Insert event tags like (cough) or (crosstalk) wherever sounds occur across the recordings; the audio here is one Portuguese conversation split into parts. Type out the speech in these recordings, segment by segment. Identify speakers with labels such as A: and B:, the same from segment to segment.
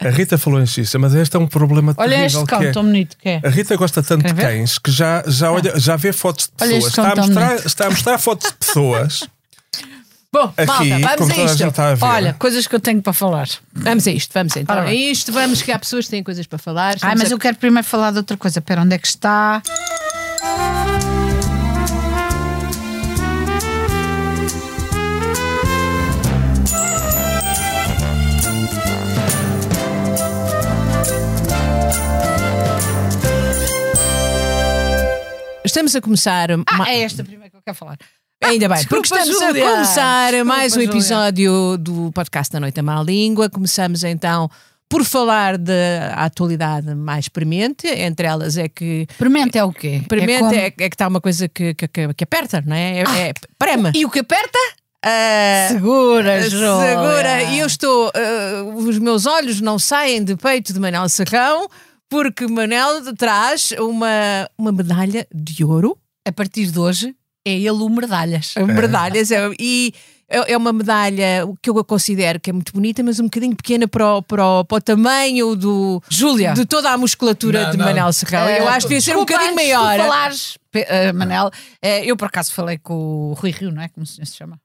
A: A Rita falou em xista, mas este é um problema
B: Olha
A: terrível
B: este cão
A: que é-
B: tão bonito que é.
A: A Rita gosta tanto de
B: Quer ver? Ah.
A: cães que já, já, olha, já vê fotos de
B: Olha
A: pessoas.
B: este
A: Está a,
B: cão tão
A: mostrar, está a mostrar fotos de pessoas.
B: Bom,
A: Aqui,
B: malta,
A: como toda
B: vamos a
A: a
B: isto.
A: gente está a ver. né?
B: Olha, coisas que eu tenho para falar.
C: Vamos a isto, vamos então
B: Ora
C: a
B: bem.
C: isto. Vamos que há pessoas que têm coisas para falar.
B: Ai,
C: Estamos
B: mas
C: a-
B: eu quero primeiro falar de outra coisa. Pera, onde é que está?
C: estamos a começar. ma-
B: Ah, é esta primeiro que eu quero falar.
C: Ainda bem,
B: Desculpa,
C: porque estamos
B: Júlia.
C: a começar
B: Desculpa,
C: mais um
B: Júlia.
C: episódio do podcast da Noite à Má Língua. Começamos então por falar da atualidade mais premente. Entre elas é que.
B: Premente é o quê?
C: Premente é,
B: como- Ah,
C: é que está uma coisa que, que, que- que aperta, não é? É, é prema.
B: E o que aperta?
C: Ah,
B: Segura, Júlia.
C: Segura, e eu estou. ah, os meus olhos não saem de peito de Manel Serrão, porque Manel traz uma, uma medalha de ouro.
B: A partir de hoje é ele o medalhas.
C: Medalhas, é, e é é uma medalha que eu considero que é muito bonita, mas um bocadinho pequena para o, para o, para o tamanho do,
B: Júlia. É.
C: de toda a musculatura
A: Não,
C: de
A: não.
C: Manel Serrão. eu acho que devia ser um
B: Ah, Desculpa,
C: bocadinho
B: antes de tu
C: maior.
B: falares, Pe- eh, Manel, eh, eu por acaso falei com o Rui Rio, não é? Como o senhor se chama?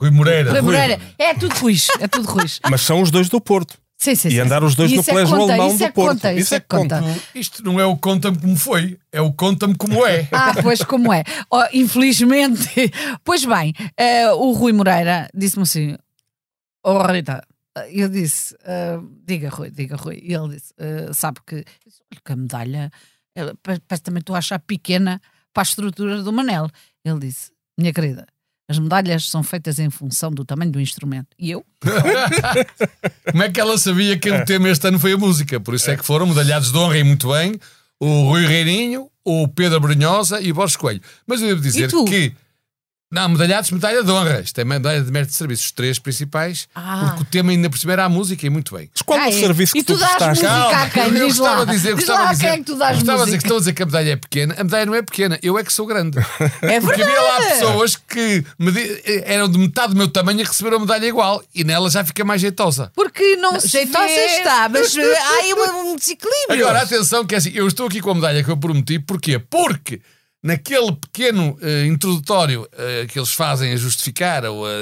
D: Rui Moreira.
B: Rui Moreira. É tudo Ruiz, é tudo (laughs) Ruiz.
A: Mas são os dois do Porto.
B: Sim, sim,
A: E
B: sim.
A: andar os dois no
B: Isso é
A: colégio
B: conta,
A: alemão
B: isso
A: do
B: é
A: Porto.
B: conta, isso é conta.
D: Isto não é o conta-me como foi, é o conta-me como é.
B: Ah, pois como é. Oh, infelizmente. Pois bem, eh, o Rui Moreira disse-me assim: Oh Rita, eu disse, eh, diga Rui, diga Rui. E ele disse: eh, Sabe que, olha que a medalha, eh, pa- pa- também estou a achar pequena para a estrutura do Manel. Ele disse: Minha querida, as medalhas são feitas em função do tamanho do instrumento. E eu?
D: Como é que ela sabia que o tema este ano foi a música? Por isso é que foram medalhados de honra e muito bem o Rui Reininho, o Pedro Brunhosa e o Borges Coelho. Mas eu devo
C: E
D: dizer
C: tu?
D: que. Não, medalhados, medalha de honra. Isto é medalha de mérito de serviço, os três principais,
C: Ah.
D: porque o tema ainda por cima era a música e muito bem.
A: Mas qual
B: Ah,
A: o
B: é?
A: serviço que
B: E tu dás
A: prestaste? Ah,
B: música?
D: Calma,
B: a quem?
D: eu
B: Diz
D: gostava
B: lá.
D: de dizer,
B: Diz
D: gostava
B: lá a
D: de dizer,
B: quem é que tu dás
D: gostava de dizer
B: música.
D: que estão a dizer que a medalha é pequena. A medalha não é pequena, eu é que sou
B: (laughs)
D: grande.
C: É
D: Porque havia lá
C: verdade.
D: pessoas que medi- eram de metade do meu tamanho e receberam a medalha igual. E nela já fica mais jeitosa.
B: Porque não, se
C: Jeitosa
B: vê-
C: está, mas eh, há aí um um desequilíbrio.
D: Agora, atenção, que é assim, eu estou aqui com a medalha que eu prometi, porquê? Porque naquele pequeno eh, introdutório eh, que eles fazem a justificar, ou a- a-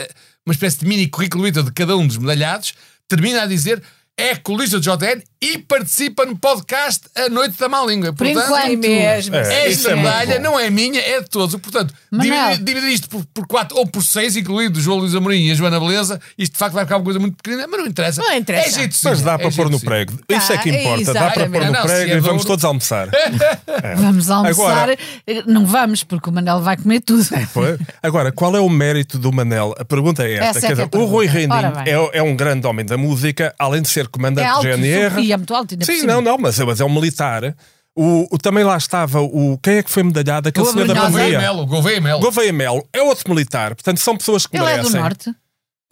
D: a- uma espécie de mini currículo vitae de cada um dos medalhados, termina a dizer. É colista de JN e participa no podcast A Noite da Má Língua.
B: Por enquanto.
C: É mesmo.
A: É, isso
D: Esta
A: é muito
D: medalha
A: bom.
D: não é minha, é de todos. Portanto,
B: Manel.
D: dividir, dividir isto por, por quatro ou por seis, incluindo o João Luís Amorim e a Joana Beleza, isto de facto vai ficar uma coisa muito pequenina, mas não interessa.
C: Não interessa.
D: É jeito
A: Mas dá
D: é
A: para pôr no
D: jeitozinho.
A: prego. Isso é
B: Ah,
A: que
C: Dá,
A: importa. Dá para pôr
D: exatamente.
A: no
D: Não, se
A: prego
D: é
A: e vamos
D: duro.
A: todos almoçar.
B: (laughs) Vamos almoçar.
A: Agora- É,
B: Eh, Não vamos, porque o Manel vai comer tudo.
A: Foi? Agora, qual é o mérito do Manel? A pergunta é esta.
B: Essa é
A: quer
B: que é a
A: dizer, o Rui
B: pergunta. Ora
A: Reininho é, é um grande homem da música, além de ser
B: É
A: comandante
B: alto,
A: de GNR.
B: e é muito alto. Ainda por
A: Sim,
B: cima.
A: não, não, mas, é- mas é um militar. O, o- também lá estava o. Quem é que foi medalhado? Aquele
B: O
A: senhor da
B: Abrunhosa.
D: Gouveia
A: bandeira.
D: Melo, Gouveia Melo.
A: Gouveia Melo é outro militar, portanto são pessoas que
B: Ele é do
A: merecem.
B: norte.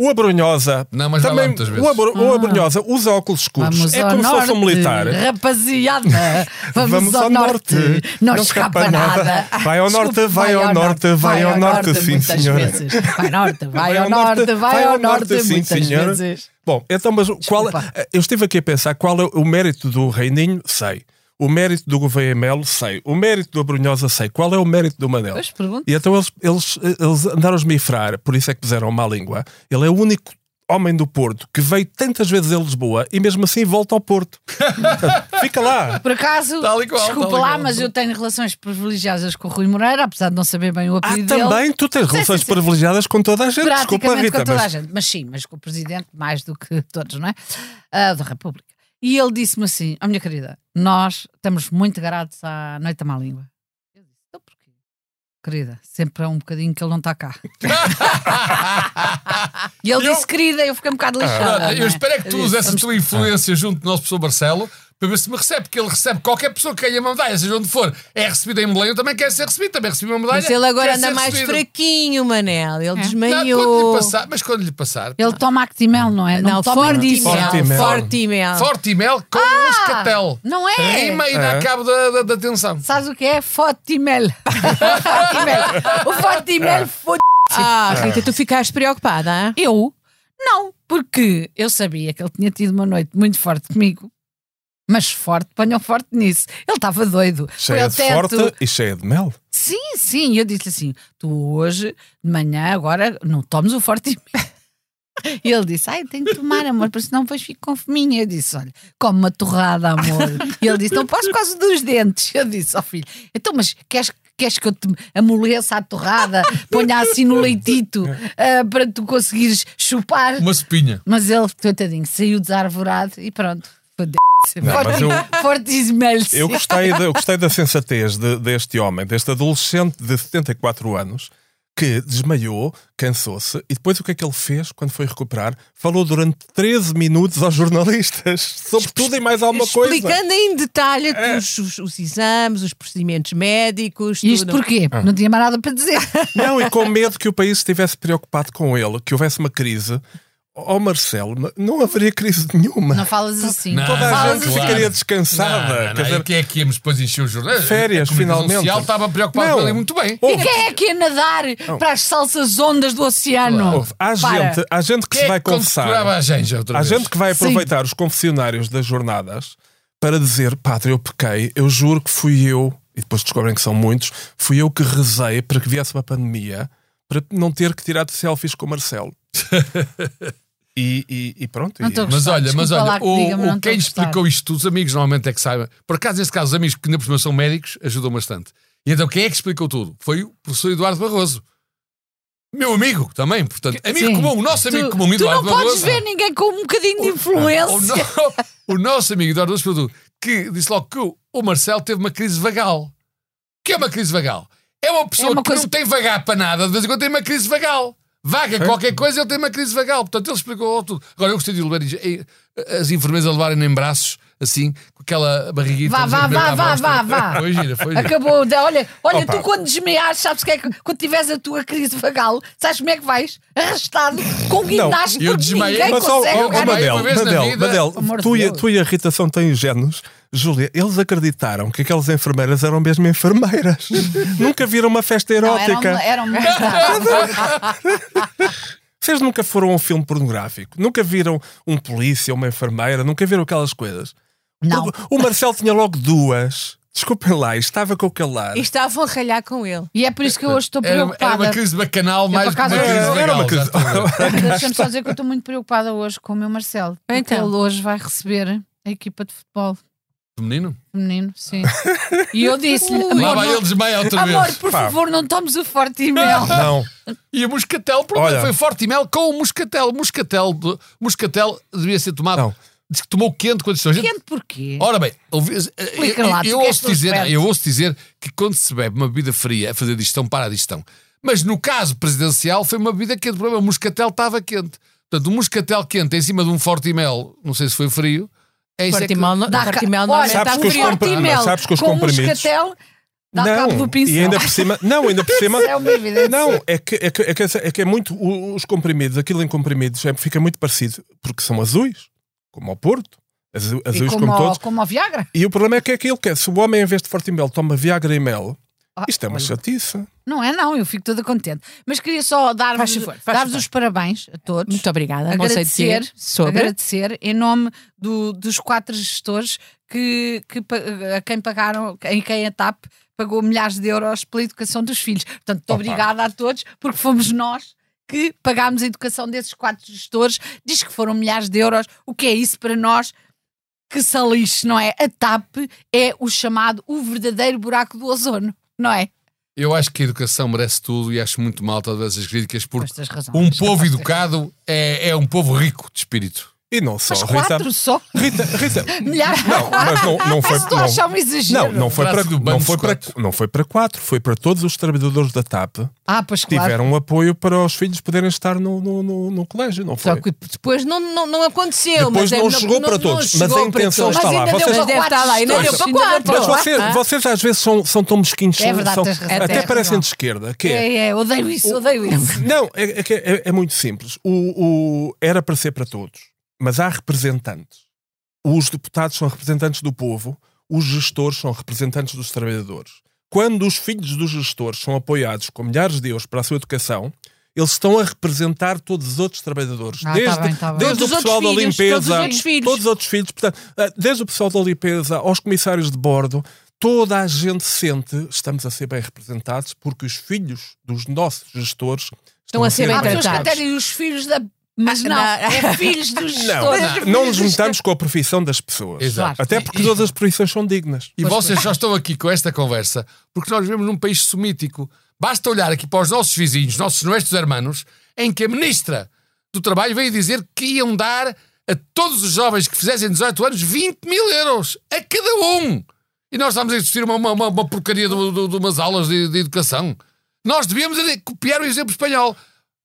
A: O Abrunhosa.
D: Não, mas vai lá
A: também,
D: muitas vezes.
A: O, Abru, o Abrunhosa usa óculos escuros.
B: Ah. Vamos
A: é
B: ao
A: como se
B: norte,
A: fosse um militar.
B: Rapaziada,
A: (laughs)
B: vamos,
A: Vamos
B: ao,
A: ao
B: norte.
A: norte.
B: Não,
A: Não
B: escapa
A: escapa
B: nada.
A: nada. (laughs) Vai ao norte,
B: Desculpe,
A: vai ao norte, vai ao norte, sim,
B: muitas
A: senhora.
B: vezes. Vai ao norte, vai ao norte, vai ao norte,
A: sim,
B: muitas
A: senhora.
B: vezes.
A: Bom, então, mas qual,
B: Desculpa.
A: eu estive aqui a pensar qual é o mérito do Reininho, sei. O mérito do Gouveia Melo, sei. O mérito do Abrunhosa, sei. Qual é o mérito do Manel?
B: Pois, pergunto.
A: E então eles, eles, eles andaram a esmifrar, por isso é que puseram má língua. Ele é o único homem do Porto que veio tantas vezes a Lisboa e mesmo assim volta ao Porto. Portanto, Fica
B: (laughs)
A: lá.
B: Por acaso,
D: Tal e qual,
B: desculpa
D: tal e
B: lá,
D: qual.
B: mas eu tenho relações privilegiadas com o Rui Moreira, apesar de não saber bem o
A: Ah,
B: apelido dele.
A: também tu tens relações
B: sim, sim.
A: privilegiadas com toda
D: (laughs)
A: a gente. Desculpa,
B: praticamente
A: Rita,
B: com toda a
A: mas
B: gente, mas sim, mas com o presidente mais do que todos, não é? Ah, da República. E ele disse-me assim: Ó minha querida, nós estamos muito gratos à Noite da Má Língua. Eu disse: Então porquê? Querida, sempre é um bocadinho que ele não está cá. E ele
D: Eu-
B: disse: Querida, eu fiquei um bocado lixada. não
D: Olha, Eu
B: é?
D: espero é que tu
B: Eu
D: uses
B: disse,
D: essa
B: "Vamos-
D: tua influência junto do nosso professor Marcelo para ver se me recebe, porque ele recebe qualquer pessoa que ganha uma medalha, seja onde for, é recebida em Belém, eu também quero ser recebido, também recebi uma medalha.
C: Mas ele agora
D: quero
C: anda
D: ser
C: mais
D: recebido.
C: fraquinho, Manel. Ele
D: Não, quando lhe
C: desmaiou.
D: passar, mas quando lhe passar,
B: Ele toma Actimel, não é?
C: Não,
B: toma
C: forte
B: Actimel.
A: Forte Mel.
C: Mel. Forte Mel.
D: forte e mel com
C: Ah!
D: um escatel.
B: Não é?
D: Rima e dá
A: É.
D: cabo da, da, da tensão.
B: Sabes o que é? Fotimel. (laughs) Fotimel. O Fotimel fode.
A: Né?
C: Ah, Rita, tu ficaste preocupada, hein?
B: Eu? Não, porque eu sabia que ele tinha tido uma noite muito forte comigo. Mas forte, ponham forte nisso. Ele estava doido. Foi
A: Cheia
B: ao
A: de
B: teto.
A: forte e cheia de mel.
B: Sim, sim. E Eu disse assim: tu hoje, de manhã, agora, não tomes o forte e mel." (laughs) E ele disse: Ai, tenho que tomar, amor, porque senão depois fico com fominha. Eu disse: Olha, come uma torrada, amor. E ele disse: Não posso por causa dos dentes. Eu disse: Ó filho, então, mas queres, queres que eu te amoleça a torrada, ponha assim no leitito ah, para tu conseguires chupar?
D: Uma sopinha.
B: Mas ele, coitadinho, saiu desarvorado e pronto. Foda-se.
A: Não, mas eu-
B: Forte esmelho.
A: Eu gostei, da- eu gostei
B: (laughs)
A: da sensatez de- deste homem, deste adolescente de 74 anos, que desmaiou, cansou-se, e depois o que é que ele fez quando foi recuperar? Falou durante 13 minutos aos jornalistas (laughs) sobre tudo e mais alguma coisa. É.
C: Explicando em detalhe os, os- os exames, os procedimentos médicos,
B: Isto
C: tudo.
B: porquê?
A: Ah.
B: Porque não tinha mais nada para dizer.
A: Não, e com medo que o país estivesse preocupado com ele, que houvesse uma crise. Oh Marcelo, ma- não haveria crise nenhuma.
B: Não falas assim.
D: Não,
A: Toda a
B: falas
A: gente
B: assim.
A: ficaria descansada.
D: Não, não, não.
A: Quer
D: E
A: dizer,
D: quem é que íamos depois encher os
A: (laughs)
D: jornais?
A: Férias,
D: a comunicação
A: finalmente.
D: social estava preocupado
A: Não.
D: com ele muito bem.
B: E quem é que ia nadar para as salsas ondas do oceano?
A: houve- há,
B: Para.
A: gente, há gente que
D: Quem
A: se
D: é
A: vai
D: que condecorava
A: confessar.
D: a gente outra
A: Há
D: vez?
A: gente que vai aproveitar os confessionários das jornadas para dizer, padre, eu pequei, eu juro que fui eu, e depois descobrem que são muitos, fui eu que rezei para que viesse uma pandemia, para não ter que tirar de selfies com o Marcelo. (laughs) e, e- e pronto.
B: Não
A: e-
B: estou a
D: Mas
B: gostar.
D: olha, mas
B: Desculpa lá
D: olha,
B: que
D: o,
B: diga, mas não estou
D: o
B: a
D: quem
B: gostar.
D: explicou isto, os amigos normalmente é que saibam. Por acaso, nesse caso, os amigos que na próxima são médicos ajudam bastante. E então quem é que explicou tudo? Foi o professor Eduardo Barroso. Meu amigo também, portanto, amigo
B: Sim.
D: comum, o nosso amigo
B: tu,
D: comum,
B: tu
D: Eduardo
B: não podes
D: Barroso.
B: ver ninguém com um
D: Oh,
B: bocadinho de
D: O, (laughs)
B: influência. (laughs)
D: no- o nosso amigo Eduardo Barroso Pedro, que disse logo que o, o Marcelo teve uma crise vagal. O que é uma crise vagal? É uma pessoa
B: É uma
D: que
B: coisa- É?
D: não tem vagar para nada, de vez em quando tem uma crise vagal. Vaga qualquer coisa, ele tem uma crise vagal. Portanto, ele explicou tudo. Agora, eu gostei de levar e- as enfermeiras a levarem em braços, assim, com aquela barriguita.
B: Vá,
D: a
B: vá,
D: dizer,
B: vá,
D: "Mira,
B: vá,
D: mostra."
B: vá, vá.
D: Foi gira, foi gira.
B: Acabou. de- Olha, olha
A: Opa.
B: tu quando desmeias, sabes o que é que. Quando tiveres a tua crise vagal, sabes como é que vais? Arrastado com guindaste
D: eu
B: porque
D: desmaiei,
B: ninguém
D: mas
A: ó,
B: consegue. um
A: ó,
D: olha,
A: ó,
B: agarrar.
A: Manel,
D: Uma vez na
A: Manel,
D: vida,
A: Manel,
B: pelo amor de
A: tu, e, a-
B: Deus.
A: tu e a irritação têm genes. Júlia, eles acreditaram que aquelas enfermeiras eram mesmo
B: (laughs)
A: enfermeiras. Nunca viram uma festa
B: Não, era um-
A: erótica.
B: era
D: (laughs)
B: um merda.
A: Vocês nunca foram a um filme pornográfico? Nunca viram um polícia, uma enfermeira? Nunca viram aquelas coisas?
B: Não.
A: O, o Marcelo tinha logo duas. Desculpem lá, estava com aquele ar.
C: E estavam a ralhar com ele.
B: E é por isso que eu hoje estou
D: Era, uma- era
B: preocupada. É
D: uma crise bacanal mais
B: por
D: que uma
B: acaso
D: crise
B: não-
D: vagal.
A: Era uma crise-
D: É, já estou a ver.
B: Deixa-me só dizer que eu estou muito preocupada hoje com o meu Marcelo. Porque
C: Então.
B: ele hoje vai receber a equipa de futebol
D: Menino?
B: feminino, sim. E eu disse-lhe,
D: Lá
B: amor,
D: vai
B: não-
D: ele desmaia outra vez.
B: amor, por
A: Pá.
B: favor, não tomes o forte e mel.
A: (laughs) Não.
D: E o moscatel, pronto,
A: Olha.
D: foi forte e mel com o moscatel. Moscatel, de- moscatel devia ser tomado.
A: Não.
D: Diz que tomou quente quando estou.
B: Quente porquê?
D: Ora bem, ouvi- eu,
B: lá, tu
D: eu
B: que és
D: ouço
B: tão
D: dizer,
B: esperto.
D: eu ouço dizer que quando se bebe uma bebida fria, a fazer digestão para a digestão. Mas no caso presidencial foi uma bebida quente. O problema é que o moscatel estava quente. Portanto, um moscatel quente em cima de um forte e mel, não sei se foi frio, é isso é que-
C: Fortimel, não-
B: Dá
C: Fortimel
B: cá-
C: não
B: Olha,
A: Sabes
C: está
A: que os
B: o
C: frio.
A: compre-
B: forte e
A: compra-
B: mel
A: Sabes que os
B: com
A: comprimidos-
B: moscatel dá cabo do
A: Não.
B: pincel.
A: E ainda por cima. Não, ainda por
B: (laughs)
A: cima.
B: é uma evidência.
A: Não, é que é, que, é, que, é que é muito. o- Os comprimidos, aquilo em comprimidos, é, fica muito parecido. Porque são azuis, como ao Porto. azu-
B: E
A: azuis
B: como,
A: como
B: ao-
A: todos.
B: como ao Viagra?
A: E o problema é que é aquilo que é. Se o homem, em vez de forte e mel, toma Viagra e mel,
B: Ah,
A: isto é uma
B: olha.
A: chatice.
B: Não é não, eu fico toda contente. Mas queria só dar-vos
C: Faz favor, faz
B: dar-vos
C: favor.
B: os parabéns a todos.
C: Muito obrigada. Não sei dizer
B: Agradecer,
C: sobre.
B: agradecer em nome do- dos quatro gestores que, que pa- a quem pagaram, em quem a TAP pagou milhares de euros pela educação dos filhos. Portanto, muito
A: Opa.
B: obrigada a todos, porque fomos nós que pagámos a educação desses quatro gestores. Diz que foram milhares de euros. O que é isso para nós? Que salixe, não é? A TAP é o chamado, o verdadeiro buraco do ozono, não é?
D: Eu acho que a educação merece tudo e acho muito mal todas essas críticas, porque
B: Mas tens razão.
D: um
B: Desculpa.
D: povo educado é, é um povo rico de espírito.
A: E não só,
B: Mas
A: Rita.
B: quatro só?
A: Rita,
B: (laughs)
A: Rita.
B: Milhares?
A: Não, mas não, não foi.
B: Estou a achar um exagero.
A: Não, não foi, para,
D: Braço do banco
A: não, foi
D: dos
A: para,
D: quatro.
A: não foi para quatro, foi para todos os trabalhadores da TAP que
B: Ah, pois claro.
A: tiveram um apoio para os filhos poderem estar no, no, no, no colégio, não
C: Só
A: foi?
C: que depois não, não, não aconteceu.
A: Depois
C: mas é-
A: não chegou para
C: não
A: todos, mas
C: chegou
A: a intenção
C: para todos.
A: está lá. Vocês-
B: ainda deu para
C: Mas deve
B: quatro
C: estar lá, ainda
B: gestores.
C: deu para
B: Ainda deu
C: quatro.
A: Mas
B: para
A: você-
B: quatro.
A: vocês às vezes são, são tão mesquinhos,
B: É verdade,
A: são-
B: tens razão,
A: até
B: tens
A: parecem
B: razão.
A: de esquerda, que é,
B: É, é, odeio isso, odeio isso.
A: Não, é, é que é- é muito simples. O, o- era para ser para todos, mas há representantes. Os deputados são representantes do povo, os gestores são representantes dos trabalhadores. Quando os filhos dos gestores são apoiados com milhares de euros para a sua educação, Eles estão a representar todos os outros trabalhadores.
B: Ah, tá
A: desde
B: bem, tá bem.
A: desde
C: Todos
A: o
C: os
A: pessoal da
C: outros
A: limpeza,
C: filhos, todos os outros filhos.
A: todos os outros filhos, portanto, ah, desde o pessoal da limpeza aos comissários de bordo, toda a gente sente estamos a ser bem representados porque os filhos dos nossos gestores estão,
C: Estão a ser bem
B: Há pessoas que
C: tratados.
B: até dizem os filhos da. Mas
C: Ah,
B: não,
C: da-
B: é filhos dos (laughs)
A: Não,
B: gestores.
A: não, não nos metamos com a profissão das pessoas.
D: Exato.
A: Até porque todas as profissões são dignas.
D: E vocês só estão aqui com esta conversa porque nós vivemos num país sumítico. Basta olhar aqui para os nossos vizinhos, nossos nuestros hermanos, em que a ministra do Trabalho veio dizer que iam dar a todos os jovens que fizessem 18 anos 20 mil euros a cada um. E nós estamos a existir uma, uma, uma- uma porcaria de, de- de umas aulas de, de educação. Nós devíamos era copiar o exemplo espanhol.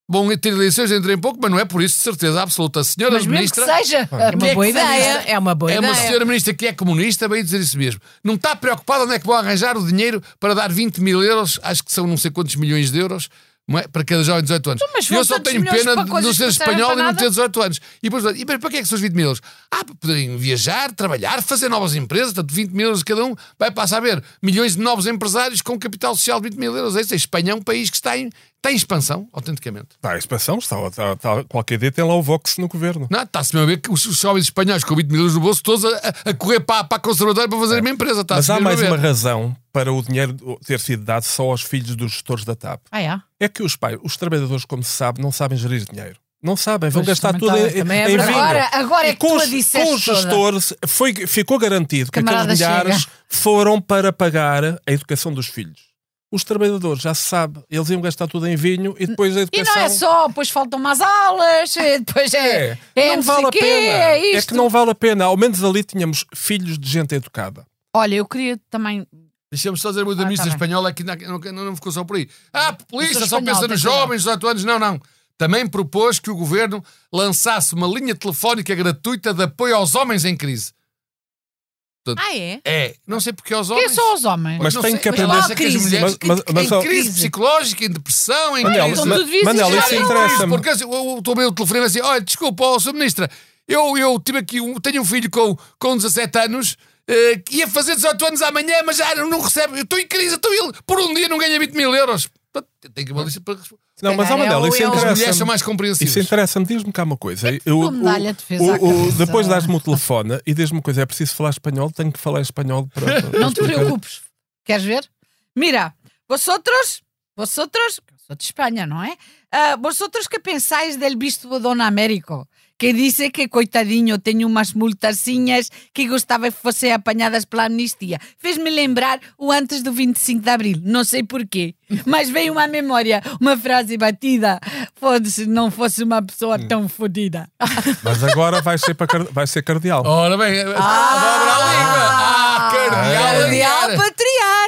D: Bom, ter eleições entre em pouco, mas não é por isso, de certeza absoluta. Senhora
B: Mas mesmo que
D: ministra,
B: seja.
C: É uma boa ideia. É uma boa
D: é uma
C: ideia.
D: senhora ministra que é comunista, veio dizer isso mesmo. Não está preocupada onde é que vão arranjar o dinheiro para dar 20 mil euros, acho que são não sei quantos milhões de euros, não é? para cada jovem de 18 anos.
B: Então, mas
D: E eu
B: vão
D: só
B: tantos
D: tenho
B: milhões
D: pena
B: para
D: de não
B: coisas
D: ser
B: que não servem
D: espanhol e
B: para
D: não
B: nada.
D: ter 18 anos. E depois, e para para que é que são os 20 mil euros? Ah, para poderem viajar, trabalhar, fazer novas empresas, portanto 20 mil euros cada um, vai passar a haver milhões de novos empresários com capital social de 20 mil euros. É isso, a Espanha é um país que está em, está em expansão, autenticamente.
A: Está Tá, a expansão, está, está- está- qualquer dia tem lá o Vox no governo.
D: Não, está-se mesmo a ver que os os jovens espanhóis com 20 mil euros no bolso, todos a, a- a correr para, para a conservadora para fazer uma empresa. Está
A: Mas há mais uma razão para o dinheiro ter sido dado só aos filhos dos gestores da TAP.
B: Ah, é?
A: É que os pais, os trabalhadores, como se sabe, não sabem gerir dinheiro. Não sabem, vão
B: Pois,
A: gastar
B: também
A: tudo
B: tá-
A: em,
B: também é
A: em
B: verdade.
A: vinho.
B: Agora- agora é
A: E
B: que
A: com
B: tu a
A: os-
B: disseste
A: Com os
B: toda.
A: gestores, foi, ficou garantido que
B: Camarada
A: aqueles milhares
B: chega.
A: foram para pagar a educação dos filhos. Os trabalhadores, já se sabe, eles iam gastar tudo em vinho e depois a
B: E
A: educação...
B: não é só, depois faltam mais aulas, e depois é.
A: É,
B: é
A: não
B: não sei
A: vale a
B: quê,
A: pena.
B: é
A: É
B: isto.
A: que não vale a pena. Ao menos ali tínhamos filhos de gente educada.
B: Olha, eu queria também.
D: Deixamos só dizer muito da
B: Ah, tá
D: ministra
B: bem.
D: espanhola, é que não, não, não ficou só por aí. Ah, a polícia
B: Ministra
D: só
B: espanhola,
D: pensa nos
B: tem razão.
D: jovens, 18 anos. Não, não. Também propôs que o governo lançasse uma linha telefónica gratuita de apoio aos homens em crise.
C: Ah, é?
D: É, não sei porque aos
B: Quem
D: homens.
B: são os homens?
A: Mas
D: não
A: tem
D: sei,
A: que
D: mas
A: aprender-
D: lá, que as
C: Crise.
D: mulheres-
A: Mas- mas- mas-
D: em crise
C: crise.
D: psicológica, em depressão, em
A: Manel,
D: crise.
A: ma-
C: tu devias
A: Manel,
C: exagerar
A: isso
C: nisso,
A: interessa-me.
D: é Porque assim, eu- eu estou meio telefonema assim: olha, desculpa, ó, Sr. Ministra, eu, eu tive aqui um, tenho um filho com, com 17 anos. eh, que ia fazer 18 anos amanhã, mas já não, não recebe. Eu estou em crise, então ele por um dia não ganha 20 mil euros. Portanto, Tem que uma lista para responder.
A: Não, mas, ó,
C: calhar é
A: Manel,
C: o-
A: isso
C: é o-
D: As mulheres são
A: interessa-me.
D: mais compreensivas.
A: Isso interessa-me, diz-me cá uma coisa. Eu,
B: tu me dá-lhe a defesa à cabeça?
A: depois dás-me o telefone e diz-me uma coisa: é preciso falar espanhol, tenho que falar espanhol
B: (laughs)
A: para.
B: Não te preocupes. Queres ver? Mira, vosotros, vosotros, eu sou de Espanha, não é? Ah, vosotros que pensáis del visto do Don Américo, que dice que, coitadinho, tenho umas multazinhas que gostava que fossem apanhadas pela amnistia. Fez-me lembrar o antes do 25 de Abril, não sei porquê, mas veio uma memória, uma frase batida. Foda-se, não fosse uma pessoa tão fodida.
A: Mas agora vai ser, para, car- vai ser cardeal.
B: Oh.
D: Ora bem, ah, ah, a língua. Ah, cardeal.
C: Cardeal patriarca.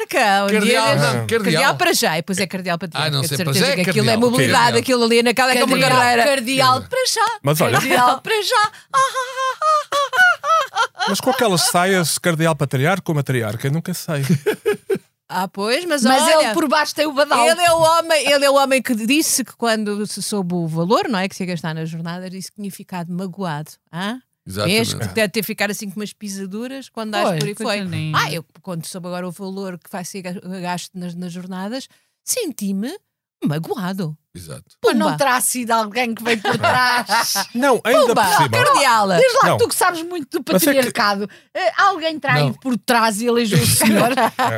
C: Um dia
D: Cardeal,
C: desses-
D: não, cardeal.
C: Cardeal para já. E
B: eh,
C: depois é cardeal patriarca.
D: Ah, não
C: De
D: sei,
C: certeza
D: para já é
C: que aquilo é
D: cardeal.
C: mobilidade,
D: Cardeal.
C: aquilo ali naquela é uma
B: Cardeal,
C: carreira.
B: cardeal para já.
A: Mas olha,
B: Cardeal para já.
A: mas com aquelas saias, cardeal patriarca ou matriarca, eu nunca sei.
C: Ah, pois, mas,
B: Mas
C: olha,
B: ele por baixo tem o badal.
C: Ele é, o homem, ele é o homem que disse que quando se soube o valor, não é? Que se ia gastar na jornada, disse que tinha ficado magoado. Hã? Vês que deve ter ficado assim com umas pisaduras quando dás
B: Foi,
C: por aí foi.
B: coitadinho.
C: Ah, eu quando soube agora o valor que vai ser ga- gasto nas, nas jornadas, senti-me magoado.
D: Exato.
B: Mas não
C: Pumba.
B: terá sido alguém que veio por trás.
A: Não, ainda
C: Pumba,
A: por cima.
C: cardeal.
B: (laughs) Diz lá,
A: Não.
B: tu que sabes muito do
A: Mas é que-
B: patriarcado. Eh, Alguém trai
D: Não.
B: por trás e elegeu o senhor.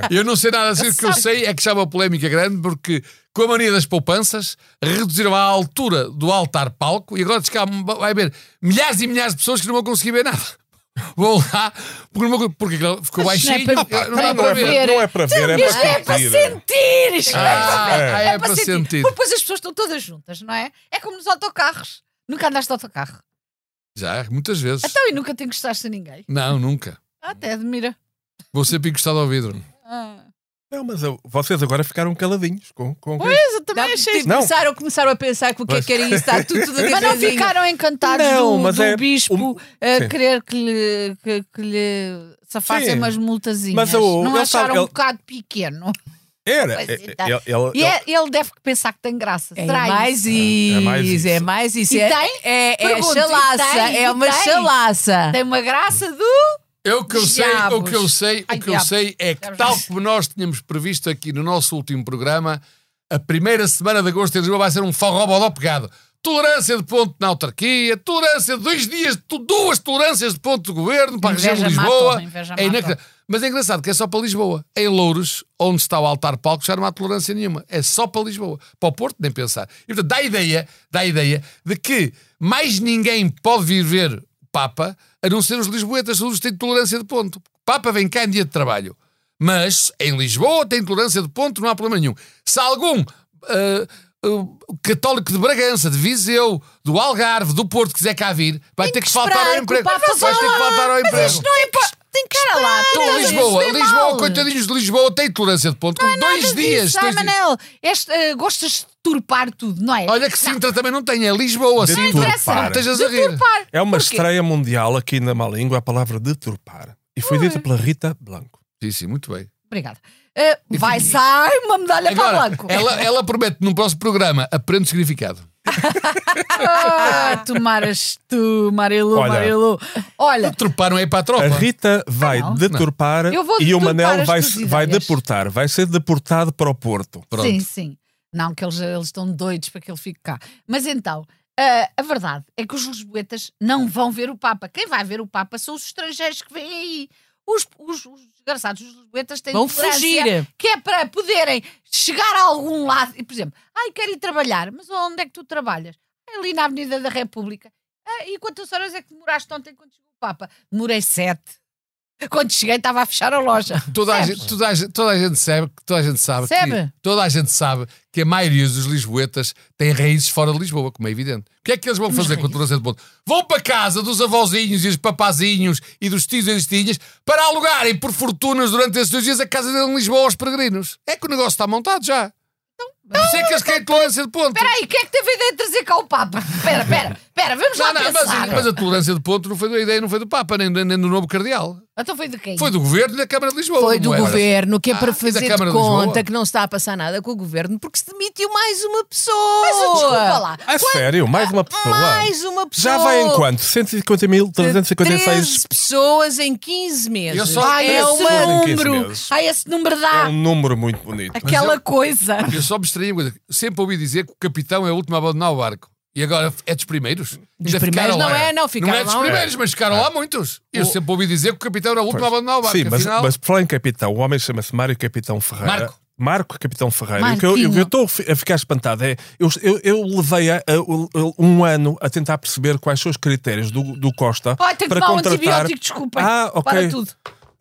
D: Eu não sei nada assim. O que eu sei é que já há uma polémica grande, porque com a mania das poupanças, reduziram a altura do altar-palco e agora diz que há- vai haver milhares e milhares de pessoas que não vão conseguir ver nada. (laughs) Vão lá, porque, não vão- porque aquilo ficou
B: Mas não é para-
D: baixinho, não, dá
B: não é
D: para
A: Não
D: ver.
A: é, para- não é para ver, é
B: Isto é
A: para
B: para
A: sentir.
B: sentir. Isto
D: Ah,
B: é,
D: ah,
B: para,
D: é para sentir.
B: Porque depois as pessoas estão todas juntas, não é? É como nos autocarros. Nunca andaste de autocarro.
D: Já, muitas vezes.
B: Então e nunca te encostaste a ninguém. Ah,
D: Não, nunca.
B: Até admira.
D: Vou sempre encostado ao vidro.
B: Ah.
A: Não, mas eu- vocês agora ficaram caladinhos com, com
B: Pois, eu também
C: Dá-
B: achei.
C: tipo,
A: Não.
C: Começaram, começaram a pensar que o que é que era isso, está tudo, tudo
B: (laughs) Mas não
C: agarradinho.
B: ficaram encantados
A: Não,
B: do,
A: mas
B: do
A: é-
B: bispo
A: o-
B: a
A: Sim.
B: querer que lhe, que, que lhe safassem
A: Sim.
B: umas multazinhas.
A: Mas o-
B: não
A: ele
B: acharam
A: sabe,
B: um
A: ele-
B: bocado pequeno.
A: Era.
B: Pois
A: é-
B: então.
A: é- ele-
B: E é- ele deve pensar que tem graça.
C: É
B: Será
C: mais
B: isso?
C: isso,
A: É mais isso.
C: é mais isso.
B: E
C: é,
B: tem?
C: é, é
B: Pergunto, e
C: chalaça,
B: tem?
C: é
B: E
C: uma
B: tem?
C: chalaça.
B: Tem uma graça do.
D: Eu que eu sei, o que eu
B: Diabos.
D: sei,
B: Ai,
D: o que eu
B: diabos.
D: sei é que tal como nós tínhamos previsto aqui no nosso último programa, A primeira semana de agosto em Lisboa vai ser um forró-bodó pegado. Tolerância de ponto na autarquia, tolerância de dois dias, tu- duas tolerâncias de ponto do governo para a região de
B: Inveja
D: Lisboa.
B: mata-me, inveja
D: É inacre-
B: mata-me.
D: Mas é engraçado que é só para Lisboa. Em Louros, onde está o altar palco, já não há tolerância nenhuma. É só para Lisboa. Para o Porto, nem pensar. E portanto, dá a ideia, dá a ideia de que mais ninguém pode vir ver o Papa a não ser os lisboetas, todos têm tolerância de ponto. O Papa vem cá em dia de trabalho. Mas em Lisboa tem tolerância de ponto, não há problema nenhum. Se algum ah, ah, católico de Bragança, de Viseu, do Algarve, do Porto quiser cá vir, vai ter que, faltar
C: esperar
D: ao
C: que o
D: emprego.
C: Papa
D: Vai ter que
C: vá lá.
D: faltar ao
C: Mas
D: emprego.
C: isto não é pa- Tem que esperar. lá.
D: Então, Lisboa, Lisboa, coitadinhos de Lisboa, tem tolerância de ponto. Com dois dias.
B: Sai,
D: dois dias.
B: Manel, este, eh, gostas de turpar tudo, não é?
D: Olha que Sintra também não tem, é Lisboa,
A: De
D: Sintra.
A: interessa.
D: Não estejas a rir.
B: Turpar.
A: É uma
B: Porquê?
A: estreia mundial aqui na má língua a palavra deturpar. E foi dita pela Rita Blanco.
D: Sim, sim, muito bem.
B: Obrigada. Eh,
D: (laughs)
B: vai sair uma medalha para o
D: Agora,
B: Blanco.
D: ela, ela promete num próximo programa, aprende o significado.
B: Ah, tomaras tu, Marilu,
A: Olha.
B: Marilu. Olha,
D: Deturpar não é ir para a tropa.
A: A Rita vai
B: não?
A: deturpar
B: Eu vou
A: e o
B: deturpar
A: Manel
B: as
A: vai,
B: tuas
A: vai
B: ideias.
A: deportar. Vai ser deportado para o Porto.
D: Pronto.
B: Sim, sim. Não, que eles, eles estão doidos para que ele fique cá. Mas então, ah, a verdade é que os lisboetas não vão ver o Papa. Quem vai ver o Papa são os estrangeiros que vêm aí. Os, os, os desgraçados, os lisboetas têm
C: Vão
B: tolerância,
C: fugir.
B: Que é para poderem chegar a algum lado. E, por exemplo, ai, quero ir trabalhar. Mas onde é que tu trabalhas? "É Ali na Avenida da República. "Ah, e quantas horas é que demoraste ontem quando chegou o Papa? Demorei sete. Quando cheguei estava a fechar a loja.
D: Toda a,
B: Percebes?
D: gente, toda, a gente, toda a gente sabe, toda a gente sabe,
B: Sabe?
D: Que, toda a gente sabe que a maioria dos lisboetas tem raízes fora de Lisboa, como é evidente. O que é que eles vão fazer com a tolerância de ponto? Vão para casa dos avózinhos e dos papazinhos e dos tios e das tias para alugarem por fortunas durante esses dois dias a casa dele em Lisboa aos peregrinos. É que o negócio está montado já. Por isso é que eles querem tolerância de ponto.
B: Então, Espera aí, quem é que teve a ideia de trazer cá o Papa? Espera, espera, espera, vamos lá
D: Não, não,
B: pensar.
D: mas, mas a tolerância de ponto não foi da ideia, não foi do Papa, nem, nem- nem do novo cardeal.
B: Então foi de quem?
D: Foi do governo e da Câmara de Lisboa.
C: Foi do
D: não é?
C: governo, que é para
D: Ah, e da
C: fazer de
D: Câmara de Lisboa?
C: conta que não está a passar nada com o governo, porque se demitiu mais uma pessoa.
B: Mas oh, desculpa lá.
A: A sério? Mais uma pessoa?
C: Mais uma pessoa.
A: Já vai em quanto? 150.356
C: 13 pessoas em 15 meses.
D: Eu só-
B: Ai,
C: é
A: treze
C: uma.
A: pessoas em 15
B: número.
A: meses.
B: Ai, esse número
A: é
B: dá
A: um número muito bonito.
B: aquela
D: eu-
B: coisa.
D: Eu só me estranhei uma coisa. Sempre ouvi dizer que o capitão é o último a abandonar o barco. E agora é dos primeiros?
C: Dos
D: Ainda
C: primeiros
D: ficaram
C: não
D: lá.
C: é, não, ficaram
D: Não é dos
C: lá um-
D: primeiros, mas ficaram lá muitos. Eu sempre ouvi dizer que o capitão era o último a abandonar o barco.
A: Sim, mas,
D: Afinal,
A: mas por falar em capitão, o homem chama-se Mário Capitão Ferreira.
D: Marco.
A: Marco Capitão Ferreira. E O que eu- o que eu
B: Marquinho.
A: estou a fi- a ficar espantado é. Eu, eu, eu levei a, a- o- um ano a tentar perceber quais são os critérios do, do Costa
B: Ai, tenho que
A: para
B: tomar um
A: contratar.
B: antibiótico, desculpem.
A: Ah, ok.
B: Para tudo.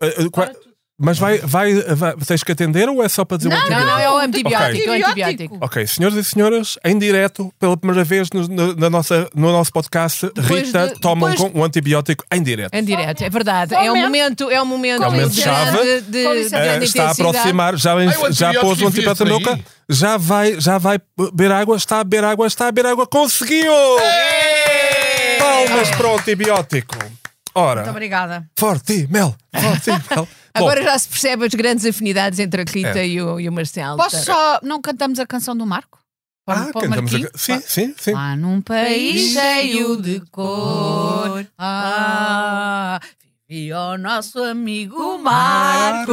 A: Ah, ah, qua- Mas vai, vai, vai- tens que atender ou é só para dizer um
C: Não,
A: antibiótico?
C: não, é o antibiótico. é o
B: Antibiótico.
C: antibiótico.
A: Ok, senhoras e senhoras, em direto, pela primeira vez no, no- na nossa, no nosso podcast,
C: Depois
A: Rita
C: de-
A: toma um
C: depois-
A: con- um antibiótico em direto.
C: Em direto, é verdade. É um
B: Somente.
C: momento, é um momento,
A: É um momento
C: de
A: chave.
C: grande, de,
B: Com
C: de
B: licença.
A: Eh,
C: grande
A: está a
C: intensidade.
A: aproximar, já,
D: Ai, o
A: já pôs um
D: antibiótico
A: antibiótico na
D: enviaste
A: boca, já vai, já vai beber água, está a beber água, está a beber água, conseguiu! Palmas para o antibiótico.
B: Muito
A: Ora,
B: obrigada.
A: forte mel, forte
C: (laughs)
A: mel. Bom,
C: Agora já se percebe as grandes afinidades entre a Rita
A: É.
C: e, o, e o Marcelo. Tá.
B: Posso só. Não cantamos a canção do Marco?
A: ah,
B: Para o
A: cantamos
B: Marquinho?
A: a... Sim, sim, sim.
B: Lá num país cheio de cor, ah, vivia o nosso amigo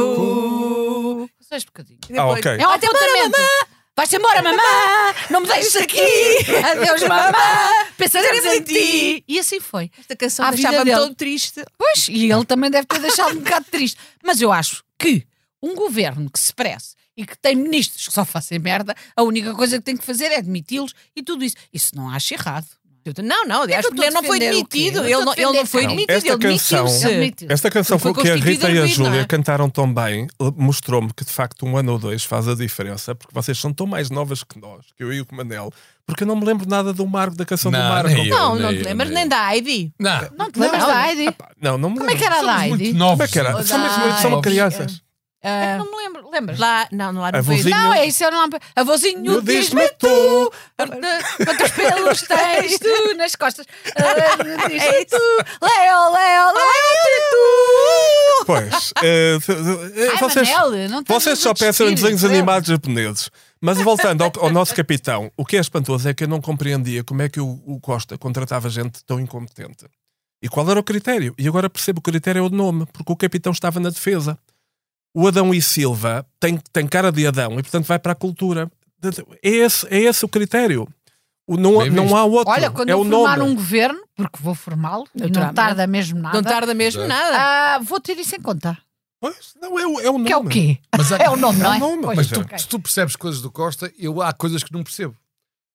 B: Marco. Só este bocadinho.
A: Ah, ok.
B: É um apontamento. Vais-te embora, mamã! Não me deixes aqui! Adeus, mamã! Pensaremos em ti! E assim foi.
C: Esta canção
B: À vida
C: deixava-me
B: dele.
C: tão triste.
B: Pois, e ele também deve ter deixado um bocado triste. Mas eu acho que um governo que se presse e que tem ministros que só fazem merda, a única coisa que tem que fazer é demiti-los e tudo isso. Isso não acho errado.
C: Não, não, aliás,
B: eu estou a
C: ele não foi
B: defender o quê? é
C: demitido.
B: Eu
C: Ele
B: estou
C: não,
B: a
C: ele não
B: defender
C: foi
B: quem?
C: demitido,
A: Esta
C: ele
A: canção-
B: Ele
C: demitiu-se.
B: demitiu-se.
A: Esta canção
C: Foi
A: que a Rita
C: constituída
A: e a
C: Luís, não é?
A: Júlia cantaram tão bem l- mostrou-me que de facto um ano ou dois faz a diferença, porque vocês são tão mais novas que nós, que eu e o Manel, porque eu não me lembro nada do Marco, da canção do
D: Não,
A: Marco.
D: nem eu.
C: Não, não
D: Nem
C: te
D: eu,
C: lembras
D: nem
C: nem
D: eu.
C: da Heidi.
D: Não.
B: Não te lembras
C: Não.
B: da Heidi?
A: Epá, não, não me lembro.
B: Como é que era a da
D: Somos
B: Heidi?
D: muito novos.
A: Como é que era? São,
C: Ai,
A: mesmo- são crianças.
C: Ah,
B: É que não me lembro. Lembras?
C: Lá, não, não há não foi-
A: vozinha.
B: Não, é isso, eu não. Avôzinho,
A: Eu
B: diz-me
A: diz-me
B: tu!
A: tu.
B: Quantos pelos tens tu nas costas? Ah,
A: É
B: Diz-me tu! Leo, Leo, Leo, tu!
A: Pois. eh, se- eh,
B: Ai,
A: vocês
B: Manel, não estás
A: vocês
B: a
A: só pensam em
B: desistir,
A: desenhos
B: Deus.
A: animados japoneses. Mas voltando ao, ao nosso capitão, o que é espantoso é que eu não compreendia como é que o, o Costa contratava gente tão incompetente. E qual era o critério? E agora percebo que o critério é o nome, porque o capitão estava na defesa. O Adão e Silva tem, tem cara de Adão e, portanto, vai para a cultura. É esse, é esse o critério. O- não,
D: Bem
A: não
D: visto.
A: há outro.
B: Olha, quando
A: é
B: eu
A: o
B: formar
A: nome.
B: um governo, porque vou formá-lo, e não
C: Naturalmente.
B: tarda mesmo nada,
C: Não tarda mesmo
D: Exato.
C: nada.
B: ah, vou ter isso em conta.
A: Pois, não, é, o- é o nome.
B: Que é o quê?
D: Mas há-
B: É o nome, não é?
A: É o nome.
B: Pois,
D: Mas tu,
B: ok.
D: se tu percebes coisas do Costa, eu há coisas que não percebo.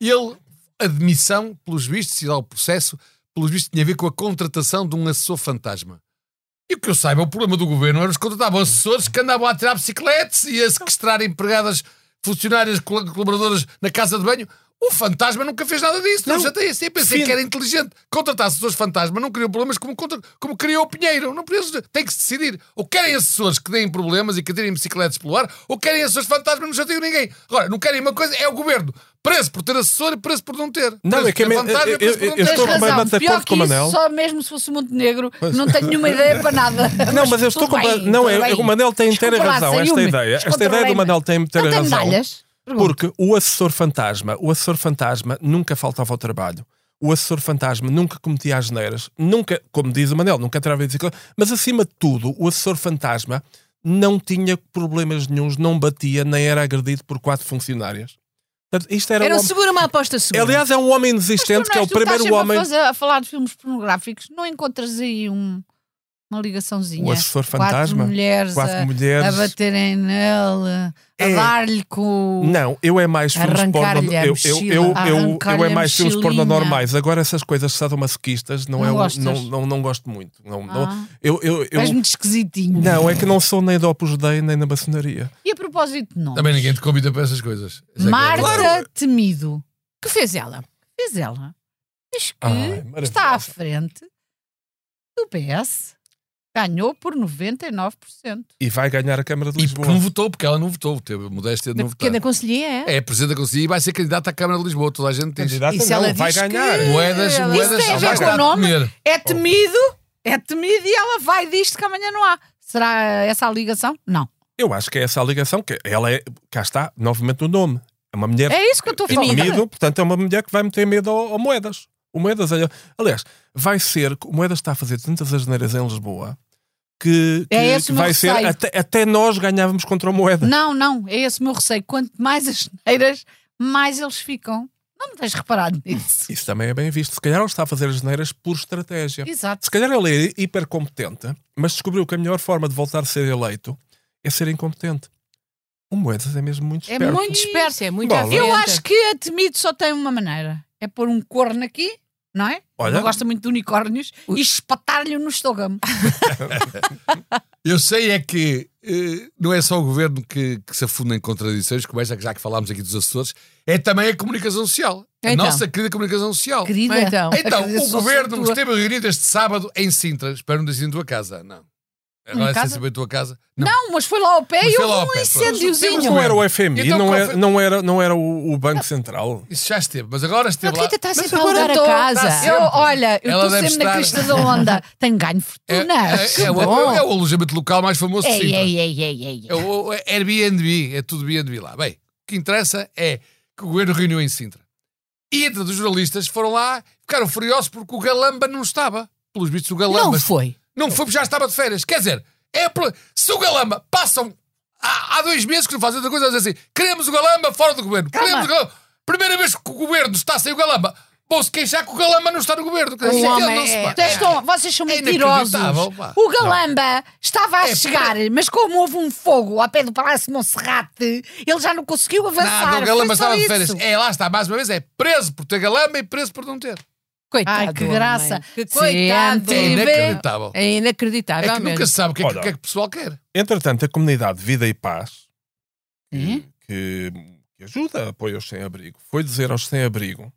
D: Ele, admissão, pelos vistos, e lá o processo, pelos vistos, tinha a ver com a contratação de um assessor fantasma. E o que eu saiba, o problema do governo era os que contratavam assessores que andavam a tirar bicicletas e a sequestrar empregadas, funcionárias, col- colaboradoras na casa de banho. O fantasma nunca fez nada disso. Não,
A: Não.
D: já tem assim. Eu pensei
A: Fim-
D: que era inteligente. Contratar assessores fantasma não criou problemas como, contra- como criou o Pinheiro. Não precisa, tem que se decidir. Ou querem assessores que deem problemas e que tirem bicicletas pelo ar, ou querem assessores fantasma não chateiam ninguém. Agora, não querem uma coisa, é o governo. Preso por ter assessor e preso por não ter.
A: Não,
D: preso
A: é que é
D: por ter
A: me-
D: fantasma e
A: eu-
D: preso por
A: eu-
D: não
A: eu
D: ter.
A: estou
B: Tens
A: completamente de
B: razão.
A: acordo
B: Pior
A: com o
B: que isso,
A: Manel.
B: Só mesmo se fosse um Montenegro, não tenho nenhuma ideia para nada.
A: (laughs) Não, mas eu estou
B: tudo
A: com.
B: bem,
A: Não,
B: tudo
A: é,
B: bem.
A: o Manel tem inteira
B: Desculpa lá,
A: razão. Esta
B: saiu-me.
A: ideia, esta ideia
B: Descontrolei-me.
A: do Manel tem inteira
B: Não tem
A: razão.
B: medalhas? Pergunto.
A: Porque o assessor fantasma, o assessor fantasma nunca faltava ao trabalho. O assessor fantasma nunca cometia as neiras, nunca, como diz o Manel, nunca trava a bicicleta, mas acima de tudo, o assessor fantasma não tinha problemas nenhuns, não batia, nem era agredido por quatro funcionárias. Portanto, isto
B: Ah,
A: era,
C: Era
A: um
C: um
A: homem-
C: seguro, uma aposta segura.
A: Aliás, é um homem
B: Mas tu,
A: desistente, que é o
B: Ernesto, tu estás
A: primeiro
B: sempre
A: homem.
B: A, fazer- a falar de filmes pornográficos, não encontras aí um- uma ligaçãozinha?
A: O assessor
B: Quatro
A: fantasma?
B: mulheres,
A: Quatro
B: a, a
A: mulheres.
B: baterem nele, a
A: É.
B: dar-lhe com. o-
A: Não, eu é mais filmes porno.
B: Arrancar-lhe a
A: Eu, eu,
B: mochila,
A: eu, eu, eu
B: arrancar-lhe
A: é
B: a
A: mais filmes porno
B: mochilinha.
A: normais. Agora essas coisas sadomasoquistas não,
B: Não
A: é, o-
B: gostas?
A: não, não, não gosto muito. Não, não-
B: Ah.
A: eu, eu, eu-
B: És muito esquisitinho.
A: não, é que não sou nem do Opus Dei nem da maçonaria.
B: E a propósito de nome,
D: Também ninguém te convida para essas coisas. Isso é que é
B: Marta
D: verdade.
B: Temido,
C: que fez ela?
B: fez ela, diz que
A: Ai, maravilhosa.
B: está à frente do PS, ganhou por 99%.
A: E vai ganhar a Câmara de
D: E
A: Lisboa.
D: porque Tipo, não votou, porque ela não votou. Teve modéstia de
C: Da
D: não votar.
C: pequena conselheira é?
D: É presidente da Conselhia e vai ser candidata à Câmara de Lisboa. Toda a gente diz.
A: Candidata
C: E se
A: não,
C: ela
A: vai
C: diz que-
A: ganhar.
D: Moedas,
C: Isso
D: moedas.
B: tem a ver
D: vai
B: com
D: dar
B: o nome?
D: de comer.
B: É temido, é temido e ela vai disto que amanhã não há. Será essa a ligação? Não.
A: Eu acho que é essa a ligação, que ela é, cá está, novamente o nome. É uma mulher
B: É isso que eu estou a falar.
A: Temido, portanto, é uma mulher que vai meter medo ao, ao Moedas. O Moedas, olha- aliás, vai ser. O Moedas está a fazer tantas asneiras em Lisboa que, que,
B: É esse
A: que
B: o meu
A: vai ser.
B: receio.
A: Até, até nós ganhávamos contra o Moedas.
B: Não, não, é esse o meu receio. Quanto mais as neiras, mais eles ficam. Não me tens reparado nisso.
A: Isso também é bem visto. Se calhar ele está a fazer asneiras por estratégia.
B: Exato.
A: Se calhar ele é hipercompetente, mas descobriu que a melhor forma de voltar a ser eleito é ser incompetente. O Moedas é mesmo muito
B: É
A: esperto.
B: muito esperto.
C: Isso, é muito
A: Bola.
C: à frente.
B: Eu acho que a temido só tem uma maneira: é pôr um corno aqui, não é?
A: Olha.
B: Não gosta muito de unicórnios e espatar-lhe no estômago.
A: Ah,
D: Eu sei é que eh, não é só o governo que, que se afunda em contradições, como esta que já que falámos aqui dos Açores, é também a comunicação social. A
C: Então.
D: nossa querida comunicação social.
B: Querida,
C: Então.
D: Então,
B: acredito
D: o
B: só
D: governo
B: sou tua.
D: esteve reunido este sábado em Sintra. Espero não dizer em tua casa. Não. Agora
B: Minha
D: é sem
B: casa?
D: saber a tua casa.
B: Não, mas foi lá ao pé
D: Mas
B: e
D: foi
B: houve
D: lá ao
B: um
D: pé, pronto.
A: Mas
B: incêndiozinho.
A: não era o FMI,
D: Então,
A: não,
D: qual
A: é-
D: foi-
A: não era, não era o, o Banco Central.
D: Isso já esteve, mas agora
C: A
D: esteve lá.
C: Rita está sempre a
B: Mas agora
C: alugar
B: eu
C: a
B: tô-
C: casa.
B: Eu, olha, eu
D: Ela
B: estou
D: deve
B: Tá sempre na
D: estar-
B: crista da
D: (laughs)
B: onda. Tenho ganho fortuna.
D: é,
B: que
D: é o,
B: bom. É,
D: é o alojamento local mais famoso de
B: Ei,
D: Sintra.
B: ei, ei, ei, ei.
D: É o é Airbnb, é tudo Airbnb lá. Bem, o que interessa é que o governo reuniu em Sintra. E entre os jornalistas foram lá, ficaram furiosos porque o Galamba não estava. Pelos vistos, o Galamba.
C: Não foi.
D: Não foi porque já estava de férias. Quer dizer, é pro- se o Galamba passam há, há dois meses que não fazem outra coisa, a dizer assim: queremos o Galamba fora do governo.
B: Calma.
D: Queremos o Galamba. Primeira vez que o governo está sem o Galamba, vão-se queixar que o Galamba não está no governo. Quer dizer,
C: Um
D: ele
C: homem
D: não se
C: é-
D: bate.
B: Vocês, estão- vocês são
D: É
B: mentirosos.
D: inacreditável, pá.
B: O Galamba estava a
D: É,
B: chegar, mas como houve um fogo ao pé do Palácio de Monserrate, ele já não conseguiu avançar.
D: Nada, o
B: Foi
D: Galamba
B: só
D: estava de
B: isso.
D: férias. É, lá está, mais uma vez, é preso por ter Galamba e preso por não ter.
C: Coitado.
B: Ai, que
C: do
B: graça.
C: homem. Que
B: Sim,
C: coitado.
D: É
B: Sim.
C: É
D: inacreditável.
C: inacreditável.
D: É que nunca
C: mesmo.
D: se sabe o que é que,
A: Ora.
D: o que é que o pessoal quer.
A: Entretanto, a comunidade Vida e Paz,
B: Sim.
A: que, que ajuda, apoia os sem-abrigo, foi dizer aos sem-abrigo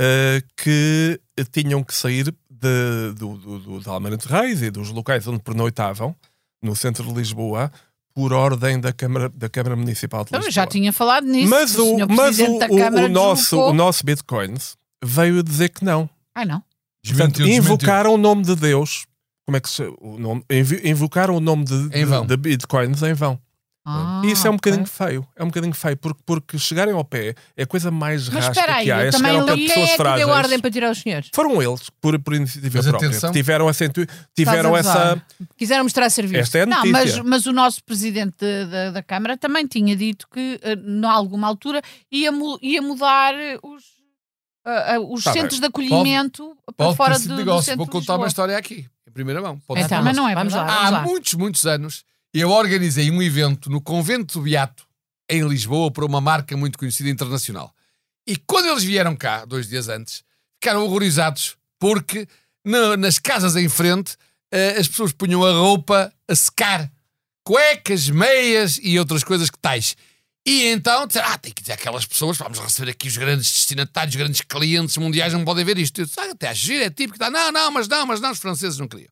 A: eh, que tinham que sair de, do, do, do, de Almirante Reis e dos locais onde pernoitavam, no centro de Lisboa, por ordem da Câmara, da Câmara Municipal de
B: Então,
A: Lisboa.
B: eu já tinha falado nisso.
A: mas
B: o,
A: o,
B: senhor
A: mas o,
B: Presidente da
A: o,
B: Câmara
A: o nosso,
B: deslocou-
A: o nosso Bitcoins veio dizer que não.
B: Ai, não.
A: Portanto, invocaram o nome de Deus. Como é que se, o nome, invi- invocaram o nome de,
D: Em vão.
A: de, de bitcoins em vão.
B: Ah,
A: E isso é um
B: ok.
A: bocadinho feio. É um bocadinho feio, porque, porque chegarem ao pé é a coisa mais
B: Mas
A: rasca
B: espera aí,
A: que há.
B: eu
A: É
B: também
A: chegar ao pé
B: li-
A: de
C: Quem
A: pessoas
C: é que
A: frágeis.
C: deu ordem para tirar os senhores?
A: Foram eles, por, por iniciativa
D: Mas
A: própria.
D: atenção.
A: Tiveram essa. intu- Tiveram
C: Estás a
A: essa.
C: gozar. Quiseram mostrar serviço.
A: Esta é a
B: Não,
A: notícia.
B: mas, mas o nosso presidente da, da- da Câmara também tinha dito que, eh, em alguma altura, ia, mu- ia mudar eh, os, ah, ah, os
A: Tá bem.
B: centros de acolhimento para
D: Pode
B: fora
D: ter
B: do,
D: sido
B: do
D: negócio.
B: centro
D: Vou
B: de
D: contar uma
B: Lisboa.
D: história aqui, em primeira mão. Pode ser
B: Então,
D: nosso.
B: mas não é
C: Vamos lá.
B: verdade.
D: Há
B: Vamos lá.
D: muitos, muitos anos, eu organizei um evento no Convento do Beato, em Lisboa, para uma marca muito conhecida internacional. E quando eles vieram cá, dois dias antes, ficaram horrorizados, porque na- nas casas em frente eh, as pessoas punham a roupa a secar. Cuecas, meias e outras coisas que tais. E então disseram, ah, tem que dizer aquelas pessoas, vamos receber aqui os grandes destinatários, os grandes clientes mundiais, não podem ver isto. Eu disse, ah, até agir é típico. Tá, Não, não, mas não, mas não, os franceses não queriam.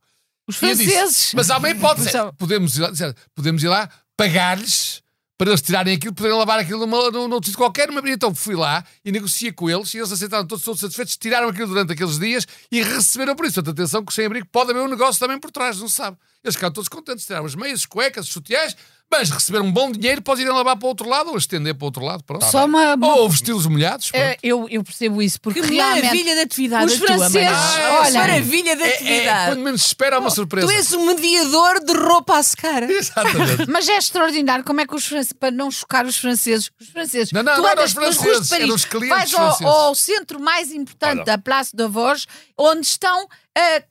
C: Os
D: E eu disse,
C: franceses.
D: mas há uma hipótese.
C: Então-
D: Podemos ir lá, disseram, podemos ir lá pagar-lhes para eles tirarem aquilo, poderem lavar aquilo numa, num, num sítio qualquer. Mas, então fui lá e negociei com eles e eles aceitaram todos, todos satisfeitos, tiraram aquilo durante aqueles dias e receberam por isso. Portanto, atenção que sem abrigo pode haver um negócio também por trás, não se sabe. Eles ficaram todos contentes, tiraram as meias, as cuecas, os sutiãs, mas receberam um bom dinheiro, podem irem lavar para o outro lado ou estender para o outro lado. Pronto.
B: Só uma.
D: Ou vesti-los molhados.
C: É,
D: pronto.
B: Eh, eu, eu percebo isso, porque
C: Que
B: realmente.
C: maravilha de atividade
B: Os
C: a tua,
B: franceses,
C: Manel.
D: olha-
C: Que maravilha de
D: Ah, É, é,
C: atividade.
D: quando menos se espera, há uma surpresa.
C: tu és um mediador de roupa a secar.
D: (laughs) Exatamente.
B: Mas é extraordinário como é que os franceses, para não chocar os franceses, os franceses,
D: Não, não,
B: tu
D: não eram
B: andas
D: os
B: pelas
D: franceses,
B: ruas de Paris,
D: eram os clientes
B: vais ao,
D: franceses.
B: ao centro mais importante
A: Olha.
B: da Place de Voz, onde estão ah,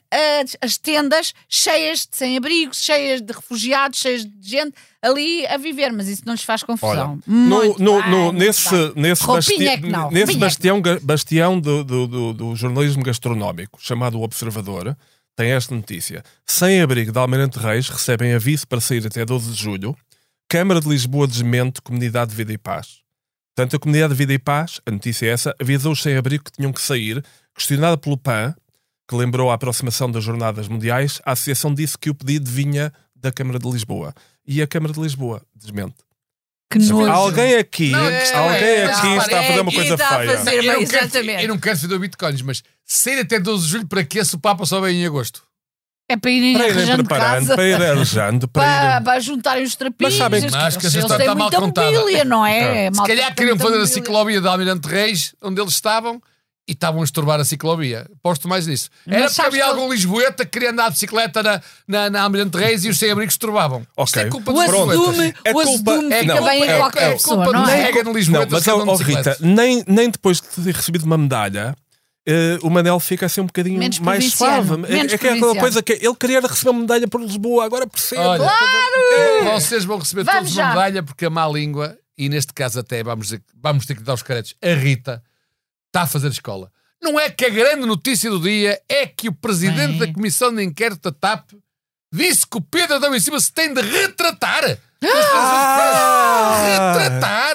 B: as- as tendas cheias de sem-abrigos, cheias de refugiados, cheias de gente ali a viver, mas isso não lhes faz confusão.
A: No,
B: Muito
A: no,
B: bem,
A: no,
B: muito
A: nesse
B: bem.
A: nesse,
B: Roupinha é que não, roupinha é
A: nesse
B: que
A: bastião, ga- bastião do, do, do- do jornalismo gastronómico, chamado O Observador, tem esta notícia. Sem abrigo de Almirante Reis recebem aviso para sair até 12 de julho. Câmara de Lisboa desmente Comunidade de Vida e Paz. Portanto, a Comunidade de Vida e Paz, a notícia é essa, avisou os sem-abrigo que tinham que sair. Questionada pelo PAN, que lembrou a aproximação das jornadas mundiais, a associação disse que o pedido vinha da Câmara de Lisboa. E a Câmara de Lisboa desmente.
B: Que nojo.
A: Alguém aqui,
D: Não, é,
A: alguém
D: é,
A: aqui
D: não,
A: está a fazer uma
C: aqui
A: coisa
C: está a
A: feia.
C: fazer-
D: eu, não quero,
C: Exatamente.
D: eu não quero saber bitcoins, mas sair até 12 de julho para que esse Papa só vem em agosto?
B: É para irem
A: Para irem
B: arranjando
A: preparando,
B: casa. Ah,
A: para irem arranjando, para
B: Para,
A: irem.
B: para juntarem os trapinhos.
A: Mas sabem que-
B: eles-
D: Acho que essa
B: eles
D: história
B: têm
D: está mal
B: muita
D: contada. Tá.
B: mobília, não é?
D: Se
B: Malta
D: calhar
B: tem
D: queriam
B: muita
D: fazer a
B: mobília.
D: ciclovia da Almirante Reis, onde eles estavam, e estavam a estorbar a ciclovia. Posto mais nisso.
B: Mas
D: Era porque
B: sabes
D: havia
B: que-
D: algum Lisboeta que queria andar de bicicleta na, na, na Almirante Reis e os sem-abrigos estorbavam. Isto
A: Ok.
D: é culpa
B: O
D: dos
B: azedume,
D: Lisboetas.
A: É
B: o
A: culpa-
B: azedume
A: é
B: fica
A: culpa-
B: bem
A: é-
B: em qualquer
A: é
B: pessoa,
D: culpa
B: não
D: dos
B: é?
D: rega no
A: Não,
D: Lisboeta
A: mas
D: que
A: ó,
D: andam de
A: ó,
D: um bicicleta.
A: Rita, nem, nem depois de ter recebido uma medalha. eh, o Manel fica assim um bocadinho
B: Menos
A: mais
B: provinciano,
A: suave. É-
B: menos
A: é que é aquela
B: provinciano.
A: coisa que ele queria era receber uma medalha por Lisboa, agora percebe.
D: Olha, claro! Vocês vão receber
B: Vamos
D: todos
B: já.
D: uma medalha porque a má língua, e neste caso até vamos, dizer- vamos ter que dar os créditos, a Rita está a fazer escola. Não é que a grande notícia do dia é que o
B: Bem.
D: presidente da Comissão de Inquérito da TAP disse que o Pedro Adão em cima se tem de retratar.
A: Ah!
D: Retratar!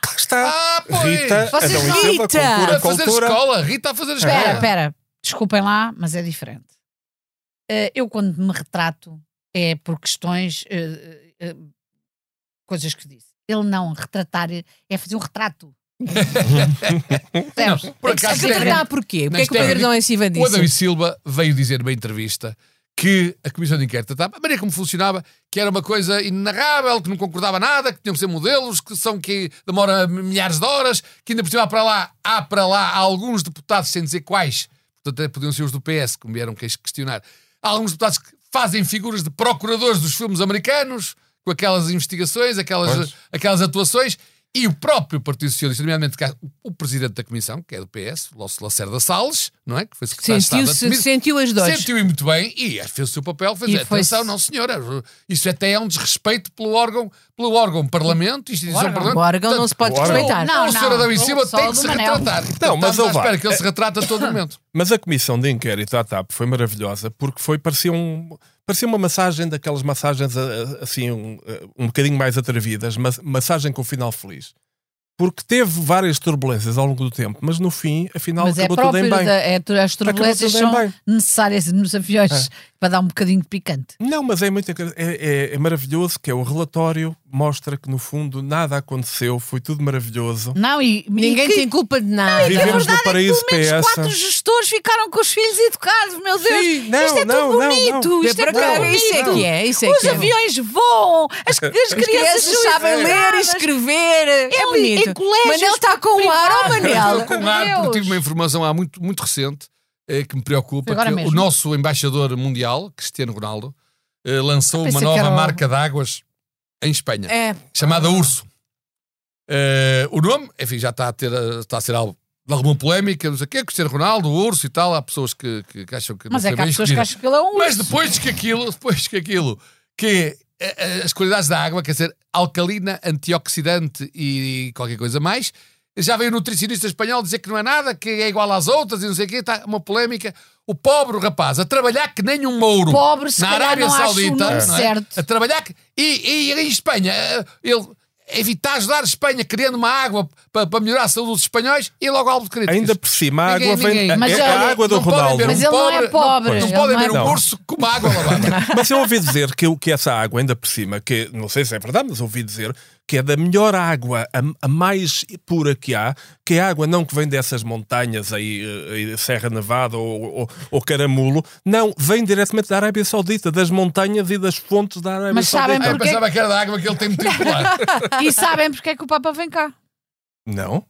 A: Cá está.
D: Ah, pois!
A: Rita, então,
B: Vocês
A: Adão e
B: não-
A: Silva,
C: Rita!
A: cultura,
D: a fazer
A: cultura.
D: escola, Rita a fazer escola.
B: Espera, espera. Desculpem lá, mas é diferente. Eh, eu, quando me retrato, é por questões. eh, eh, eh, coisas que disse. Ele não, retratar é fazer
A: (laughs)
B: um retrato. Percebes?
D: por
B: Tem que se
D: acaso,
B: retratar.
C: Retratar porquê? Porquê é que o
D: Nesta-
C: Pedro Dão em Silva
D: O Adão e
C: disse?
D: Silva veio dizer numa entrevista que a Comissão de Inquérito da TAP, a maneira como funcionava, que era uma coisa inenarrável, que não concordava nada, que tinham que ser modelos, que são que demora milhares de horas, que ainda por cima há para lá, há para lá alguns deputados, sem dizer quais, portanto até podiam ser os do PS, que me vieram que- questionar, há alguns deputados que fazem figuras de procuradores dos filmes americanos, com aquelas investigações, aquelas,
A: Pois.
D: aquelas atuações, e o próprio Partido Socialista, nomeadamente cá, o presidente da Comissão, que é do PS, o nosso Lacerda Salles, não é? Que foi secretário de Estado da
C: Sentiu-se-
D: Comissão.
C: Sentiu as dores.
D: Sentiu-me muito bem e fez o seu papel, fez
C: E
D: atenção,
C: foi-se.
D: não senhora. Isso até é um desrespeito pelo órgão, pelo órgão Parlamento, instituição
B: órgão.
C: O
D: Parlamento.
C: órgão não se pode
A: o órgão-
C: respeitar.
B: Não,
D: o senhor Adão e
B: não,
D: Silva
B: só
D: tem
B: do
D: que se
B: Manel.
D: retratar. E, portanto,
A: Não, mas
D: estamos
A: ele
D: à espera
A: vai.
D: que ele se retrate a todo
B: (laughs)
D: momento.
A: Mas a comissão de inquérito à TAP foi maravilhosa porque foi, parecia, um, parecia uma massagem daquelas massagens a- a- assim um, um bocadinho mais atrevidas, mas massagem com final feliz. Porque teve várias turbulências ao longo do tempo, mas no fim, afinal,
B: Mas é
A: acabou tudo em
B: próprio,
A: bem.
B: da, é, tu- as turbulências
A: tudo em
B: são
A: bem. Ah.
B: necessárias nos aviões para dar um bocadinho de picante.
A: Não, mas é muito engra- é, é- é maravilhoso que é o relatório mostra que, no fundo, nada aconteceu, foi tudo maravilhoso.
B: Não, e
C: Ninguém
B: e que-
C: tem culpa de nada.
B: A
A: Vivemos
B: verdade
A: no paraíso
B: é que pelo menos
A: PS.
B: quatro gestores ficaram com os filhos educados, meu Deus.
A: Sim, não,
B: isto é
A: não,
B: tudo
A: não,
B: bonito.
A: não.
B: Isto é
A: Não,
B: tudo
A: não.
B: bonito.
C: isso é que é, isso é
B: Os
C: que é.
B: aviões voam, as, as crianças,
C: crianças
B: são
C: sabem ler e
B: educadas.
C: escrever. É
B: Ele-
C: bonito.
B: em colégios
C: Manel está com o ar, oh
B: privados.
C: Manel.
D: Estou com um ar
B: É Deus.
D: porque tive uma informação há muito, muito recente eh, que me preocupa.
B: Agora
D: que
B: mesmo.
D: O nosso embaixador mundial, Cristiano Ronaldo, eh, lançou
B: Pensei
D: uma
B: que era
D: nova
B: o-
D: marca de águas em Espanha,
C: É,
D: chamada Urso. Eh, o nome, enfim, já está a, ter, eh, está a ser algo de alguma polémica, não sei o quê, Cristiano Ronaldo, Urso e tal. Há pessoas que, que- que acham que
B: Mas
D: não
B: é
D: foi
B: que há
D: bem
B: pessoas que
D: escolhida.
B: acham que ele é um
D: Mas
B: urso.
D: depois que aquilo, (laughs) depois que aquilo, que eh, eh, as qualidades da água, quer dizer, alcalina, antioxidante e qualquer coisa mais, já veio o nutricionista espanhol dizer que não é nada, que é igual às outras e não sei o quê, está uma polémica. O pobre rapaz a trabalhar que nem um mouro
B: Pobre, se
D: na
B: calhar
D: Arábia
B: não acha o
D: Saudita,
B: nome
D: não é?
B: certo.
D: a trabalhar que- e, e em Espanha, eh, ele evitar ajudar a Espanha criando uma água para, para melhorar a saúde dos espanhóis e logo algo de críticas.
A: Ainda por cima, a
D: Ninguém-
A: água vem.
D: ninguém-
A: é-
B: Mas
A: é a
B: olha,
A: água do
D: não podem
A: Ronaldo.
D: ver (laughs) um
B: Mas ele não é pobre,
D: Não,
B: ele
D: podem
B: não é
D: ver um
A: pobre.
D: urso com uma
B: (laughs)
D: água lavada.
A: Mas eu ouvi dizer que, que essa água, ainda por cima, que não sei se é verdade, mas ouvi dizer que é da melhor água, a, a mais pura que há, que é a água não que vem dessas montanhas aí, eh, eh, Serra Nevada ou, ou, ou Caramulo, não, vem diretamente da Arábia Saudita, das montanhas e das fontes da Arábia
B: Mas sabem
A: Saudita.
D: Ah, eu
B: Porque-
D: pensava que era da água que ele tem
B: (laughs)
D: muito lá.
B: E sabem porque é que o Papa vem cá?
A: Não?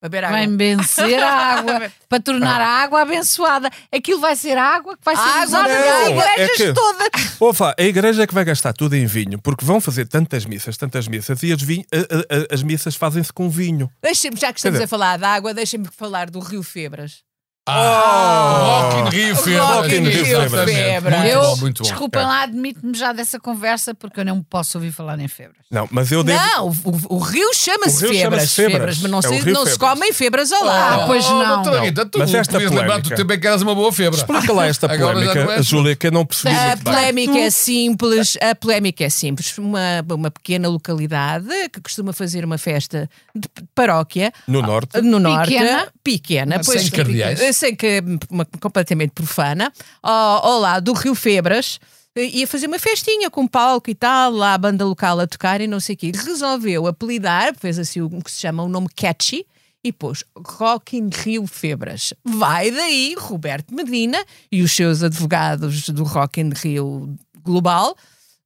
C: para beber água.
B: Vem benzer a água, para tornar a água abençoada. Aquilo vai ser água que vai ser
C: Água
D: Ah,
B: usada
A: não,
B: nas
A: é
B: igrejas
A: que-
B: todas.
A: Oufa, a igreja é que vai gastar tudo em vinho, porque vão fazer tantas missas, tantas missas, e as, vin- a- a- a- as missas fazem-se com vinho.
C: Deixem-me, já que estamos
A: Quer dizer-
C: a falar de água, deixem-me falar do Rio Febras.
A: Oh.
C: Oh,
D: Ah, Rock in Rio Febras.
A: Rock in Rio
D: Exatamente.
C: Febras.
D: Muito
B: eu,
D: bom, muito bom. É.
B: desculpem lá, admito-me já dessa conversa porque eu não posso ouvir falar em febras.
A: Não, mas eu devo.
C: Não, o, o rio chama-se
A: O rio
C: Febras,
A: chama-se Febras.
C: Mas não,
A: É
C: se,
A: o Rio
C: não se
A: Febras.
C: comem Febras ao
B: Ah,
C: lado.
B: pois não.
D: doutora oh, Rita, tu
A: Mas esta
D: podias lembrar do
A: polémica-
D: tempo em que eras uma boa febra.
A: Explica lá esta
D: (laughs) Agora já não
A: polémica,
D: és-
A: Júlia, que eu não percebi
C: A
A: muito bem.
C: polémica é simples, a polémica é simples. Uma, uma pequena localidade que costuma fazer uma festa de paróquia
A: No norte.
C: no norte,
B: Pequena.
C: pequena,
D: Mas
C: pois,
D: sem cardeais.
C: Eu sei que é uma, completamente profana, ao, ao lado do Rio Febras, eh, ia fazer uma festinha com palco e tal, lá a banda local a tocar e não sei o quê. Resolveu apelidar, fez assim o que se chama um nome catchy, e pôs Rock in Rio Febras. Vai daí Roberto Medina e os seus advogados do Rock in Rio Global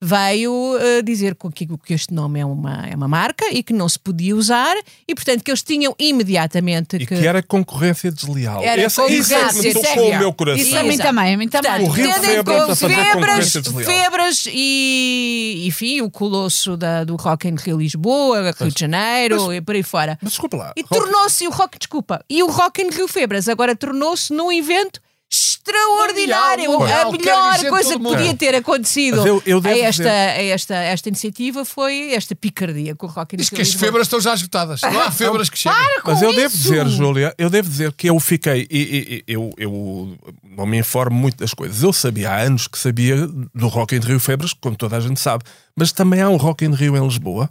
C: veio eh, dizer com que, que este nome é uma, é uma marca e que não se podia usar e, portanto, que eles tinham imediatamente
A: E que era concorrência desleal.
C: Era
A: Essa- isso é que
C: concorrência,
A: me
C: isso é
A: tocou o
C: real.
A: meu coração.
B: Isso a mim
C: Exato.
B: também, a mim também.
C: Portanto,
A: O Rio é
C: tendo em
A: Febras
C: conta
A: a fazer
C: Tá febras,
A: concorrência desleal.
C: febras e, enfim, o colosso da- do Rock in Rio Lisboa, Rio de Janeiro e por aí fora.
A: Mas desculpa lá.
C: E
A: Rock-
C: tornou-se o Rock, desculpa, e o Rock in Rio Febras agora tornou-se num evento extraordinário. a melhor
D: Mundial, mundial, quer dizer,
C: coisa
D: todo
C: que
D: mundo.
C: podia ter acontecido
A: Mas eu- eu
C: a,
A: devo
C: esta,
A: dizer-
C: a, esta, a esta iniciativa foi esta picardia com o Rock in Rio
D: Diz que as
C: Lisboa.
D: febras estão já esgotadas. Não há febras que cheguem.
A: Mas eu
B: com
A: devo
B: isso?
A: dizer, Júlia, eu devo dizer que eu fiquei. e- e- e- eu, eu não me informo muito das coisas. Eu sabia há anos que sabia do Rock in Rio Febras, como toda a gente sabe. Mas também há um Rock in Rio em Lisboa.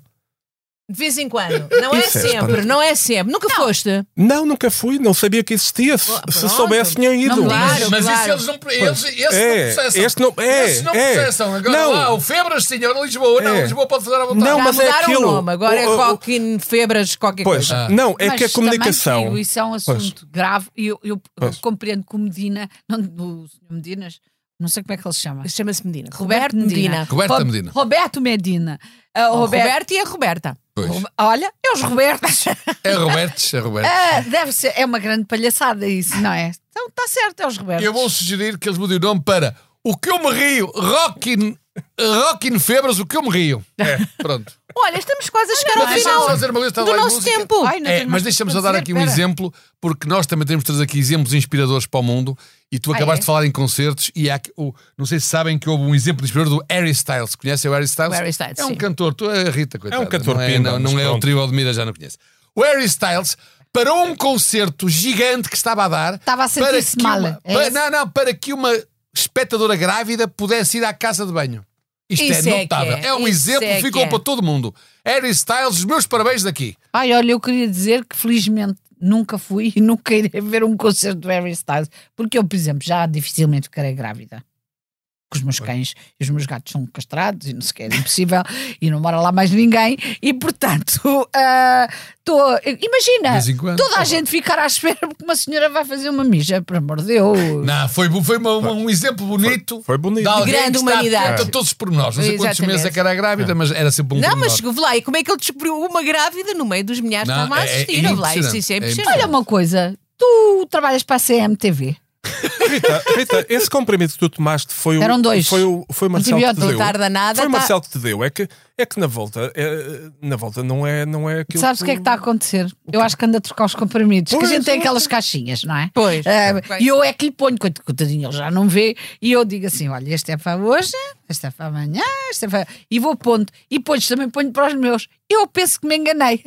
C: De vez em quando.
D: (laughs)
C: Não é
A: Isso é
C: sempre,
A: espantoso.
C: não é sempre. Nunca foste.
A: Não, nunca fui, não sabia que existia. Se,
C: Oh,
A: se
C: pronto.
A: soubesse, tinham ido.
B: Não me digas.
C: Claro,
D: Mas
C: claro.
D: isso eles não. Eles,
A: É,
D: esse não processam.
A: este não- é,
D: Esses não
A: é.
D: processam. Agora
A: Não.
D: lá, o Febras, senhor, Lisboa. Não,
A: É.
D: Lisboa pode fazer à vontade.
A: Não,
C: Já
A: mas é
C: mudaram
A: aquilo.
C: o nome, agora é
A: O- o-
C: Rock in Febras qualquer
A: Pois,
C: coisa.
D: Ah.
A: não, é
B: Mas
A: que a comunicação.
B: também digo, isso é um assunto grave e eu, eu
A: Pois.
B: compreendo que o Medina, não, o senhor Medinas, não sei como é que ele se chama.
C: Chama-se Medina.
B: Roberto Medina.
D: Roberta
B: Rob-
D: Medina. Oh,
B: Roberto Medina. Ah,
C: O
B: Roberto-
C: Roberto e a Roberta.
D: Pois.
B: Olha, é os
D: (laughs)
B: Robertos.
D: É Robertes, é Robertes.
B: Ah, deve ser, é uma grande palhaçada isso, não é? Então está certo, é os Robertos.
D: Eu vou sugerir que eles mudem o nome para O que eu me rio, Rockin. Rockin Febras, o que eu me rio. É, pronto.
C: Olha, estamos quase a chegar ao
D: Mas deixa-me
C: final
D: só fazer uma lista
C: do
D: lá em
C: nosso
D: música.
C: tempo.
B: Ai, não
D: É,
B: tenho mais
D: mas deixa-me só dar
B: para
D: aqui
B: dizer,
D: um
B: espera.
D: exemplo, porque nós também temos trazer aqui exemplos inspiradores para o mundo. E tu
B: Ah,
D: acabaste
B: é?
D: de falar em concertos, e há, aqui- o- não sei se sabem que houve um exemplo inspirador do Harry Styles. Conhecem o Harry Styles?
C: O Harry Styles,
D: é um
C: sim.
D: cantor, tu, a Rita, coitada,
A: É um cantor
D: Não é,
A: pimba,
D: não, não
A: mas
D: é o
A: pronto.
D: trio Almira, já não conhece. O Harry Styles, para um concerto gigante que estava a dar,
B: Estava a
D: para
B: sentir-se
D: que
B: mal.
D: uma-
B: É
D: pa-
B: isso?
D: não, não, para que uma espectadora grávida pudesse ir à casa de banho. Isto
C: Isso é
D: é
C: que
D: notável.
C: é,
D: É, um
C: isso
D: exemplo,
C: é que
D: ficou
C: é.
D: para todo mundo. Harry Styles, os meus parabéns daqui.
B: Ai, olha, eu queria dizer que felizmente nunca fui e (laughs) nunca irei ver um concerto do Harry Styles, porque eu, por exemplo, já dificilmente ficarei grávida. que os meus cães e os meus gatos são castrados e não sequer é impossível e não mora lá mais ninguém e portanto (laughs) ah, tô,
D: De
B: imagina
D: vez em quando.
B: toda a
D: Ah,
B: gente ficar à espera porque uma senhora vai fazer uma mija, por amor de Deus.
D: Não, foi, bo- foi uma- uma- um exemplo bonito.
A: Foi bonito.
D: De alguém
C: Grande
D: que está
C: humanidade.
D: atento A todos os pormenores. Não sei quantos
C: Exatamente.
D: meses é que era grávida, mas era sempre um
C: Não,
D: pormenor.
C: mas chegou lá e como é que ele descobriu uma grávida no meio dos milhares que
D: Não,
C: estavam a
D: é- é
C: assistir? Ouve lá, isso,
D: impressionante,
C: isso é
D: é
C: impressionante.
B: Olha uma coisa, tu trabalhas para a CMTV.
A: Rita,
B: (laughs)
A: Rita, esse comprimido que tu tomaste foi o.
B: Eram dois. Um
A: Foi o, foi o Marcelo que te
B: Antibiótico,
A: deu.
C: tarda nada,
A: Foi o
C: tá-
A: Marcelo que te deu. É que, é que na volta, é- na volta não é, não é aquilo.
B: Sabes o que é que está a acontecer? Eu acho que anda a trocar os comprimidos, que a
A: Pois,
B: gente tem
A: é.
B: aquelas caixinhas, não é?
C: Pois.
B: Ah,
C: Pois.
B: E eu é que lhe ponho, coit- coitadinho, ele já não vê, e eu digo assim: olha, este é para hoje, este é para amanhã, este é para. E vou pondo, e depois também ponho para os meus. Eu penso que me enganei.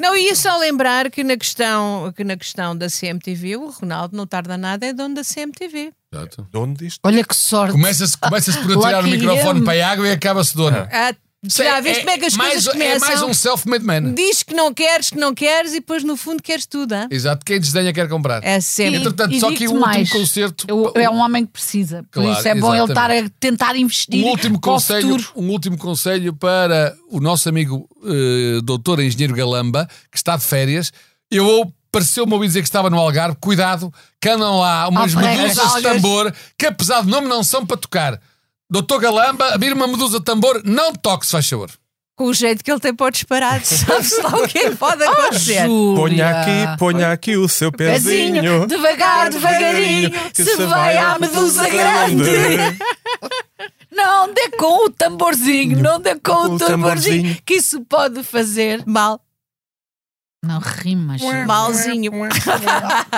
C: Não, e só lembrar que na, questão, que na questão da CMTV, o Ronaldo não tarda nada, é dono da CMTV.
D: Exato.
A: Dono disto.
B: Olha que sorte.
D: Começa-se começa-se por atirar o
B: Lucky
D: microfone
B: him.
D: para a água e acaba-se dona.
C: Ah, já viste como é que as
D: mais,
C: coisas
D: É
C: começam?
D: mais um self-made man.
C: Diz que não queres, que não queres e depois no fundo queres tudo. hã?
D: Exato. Quem desdenha quer comprar.
C: É sempre.
D: Entretanto,
B: E
D: só que
B: digo-te
D: o último
B: mais,
D: concerto.
B: eu- é um homem que precisa, por
D: Claro,
B: isso é bom ele estar
D: exatamente.
B: a tentar investir
D: Um último,
B: para o
D: conselho,
B: futuro.
D: um último conselho para o nosso amigo eh, doutor engenheiro Galamba, que está de férias. Eu pareceu-me ouvir dizer que estava no Algarve. Cuidado, que andam lá umas
B: Alferreiras,
D: medusas de
B: algas.
D: tambor, que apesar do nome não são para tocar. Doutor Galamba, abrir uma medusa de tambor, não toque, se faz favor.
C: Com o jeito que ele tem para o disparate, (laughs) sabe-se lá o que é que pode acontecer.
A: Ponha aqui, ponha aqui o seu pezinho.
B: Pezinho, devagar, devagarinho,
A: que
B: se vai à medusa grande. Não dê com o tamborzinho, não dê com, o tamborzinho,
A: tamborzinho.
B: que isso pode fazer.
C: Mal,
B: Não rimas.
C: malzinho.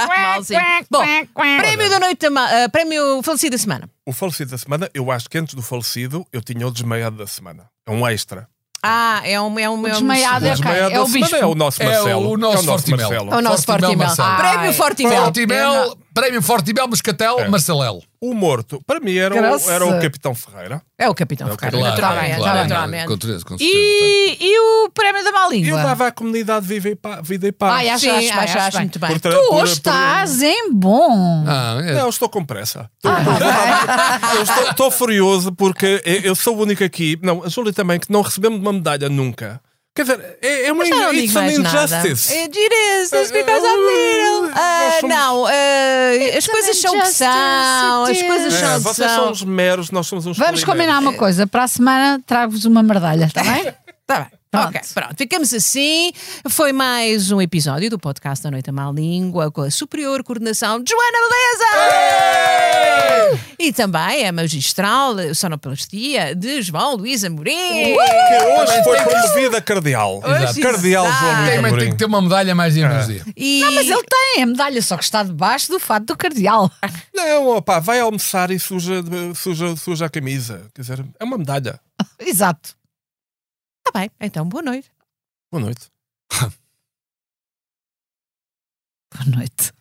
C: malzinho. Bom, prémio da noite, da ma- ah, prémio falecido da semana.
A: O falecido da semana, eu acho que antes do falecido eu tinha o desmaiado da semana. É um extra.
C: Ah, é um. É um, é um
B: desmaiado
A: O
B: é, quem?
A: desmaiado
B: é
A: da
B: o
A: semana
B: bispo.
A: é o nosso
D: É o
A: Marcelo.
D: nosso Fortimel.
A: Marcelo.
C: É o nosso
D: Forte e belo
C: Fortimel.
D: Marcelo.
C: Prémio
B: Ai,
C: Fortimel.
D: Fortimel, prémio Fortimel, Moscatel, Marcelelo.
A: O morto, para mim, era
B: Graças.
A: o, era o Capitão Ferreira.
C: É o Capitão
A: É o
C: Ferreira, tá
A: Capitão
C: naturalmente.
B: Ferreira, claro,
C: naturalmente.
D: Com certeza, com certeza.
C: E, e o prémio da má
A: Eu
C: língua?
A: dava à comunidade Viva e Pa- Vida e Paz.
B: Ai, acho,
C: Sim,
B: acho, bem,
C: acho,
B: acho,
C: acho
B: bem.
C: muito bem.
A: Por tra-
B: Tu
A: por-
B: hoje
A: por-
B: estás em bom.
D: Ah, é.
A: Não, estou com pressa. Estou, (laughs) eu estou, estou furioso porque eu, eu sou o único aqui. Não, a Júlia também, que não recebemos uma medalha nunca. Quer dizer, é, é uma
C: Já não digo
A: it's an
C: mais nada. É
A: injustice.
C: It is, it's because I'm little. Ah,
A: Uh, Nós somos-
C: não, ah, as coisas são o que
B: injustice,
C: são. As
B: it is.
C: coisas
B: É,
C: são
A: É,
C: o que
A: vocês são
C: são.
A: uns meros, nós somos uns
B: Vamos
A: polimeros.
B: combinar uma coisa. Para a semana trago-vos uma medalha, está bem?
C: Tá bem.
B: Pronto.
C: Ok, pronto, ficamos assim. Foi mais um episódio do podcast da Noite à Má Língua com a superior coordenação de Joana Beleza! E também é a magistral eh, sonoplastia de João Luís Amorim.
A: É Que hoje foi promovida a cardeal.
C: Hoje
A: Cardeal
C: está.
A: João Luís
D: Tem, mas tem
A: Amorim.
D: que ter uma medalha mais dia menos dia.
C: E...
B: Não, mas ele tem a medalha, só que está debaixo do fato do cardeal.
A: Não, opá, vai almoçar e suja, suja, suja a camisa. Quer dizer, é uma medalha.
B: Exato.
C: Tá bem, então boa noite.
A: Boa noite.
B: Boa noite.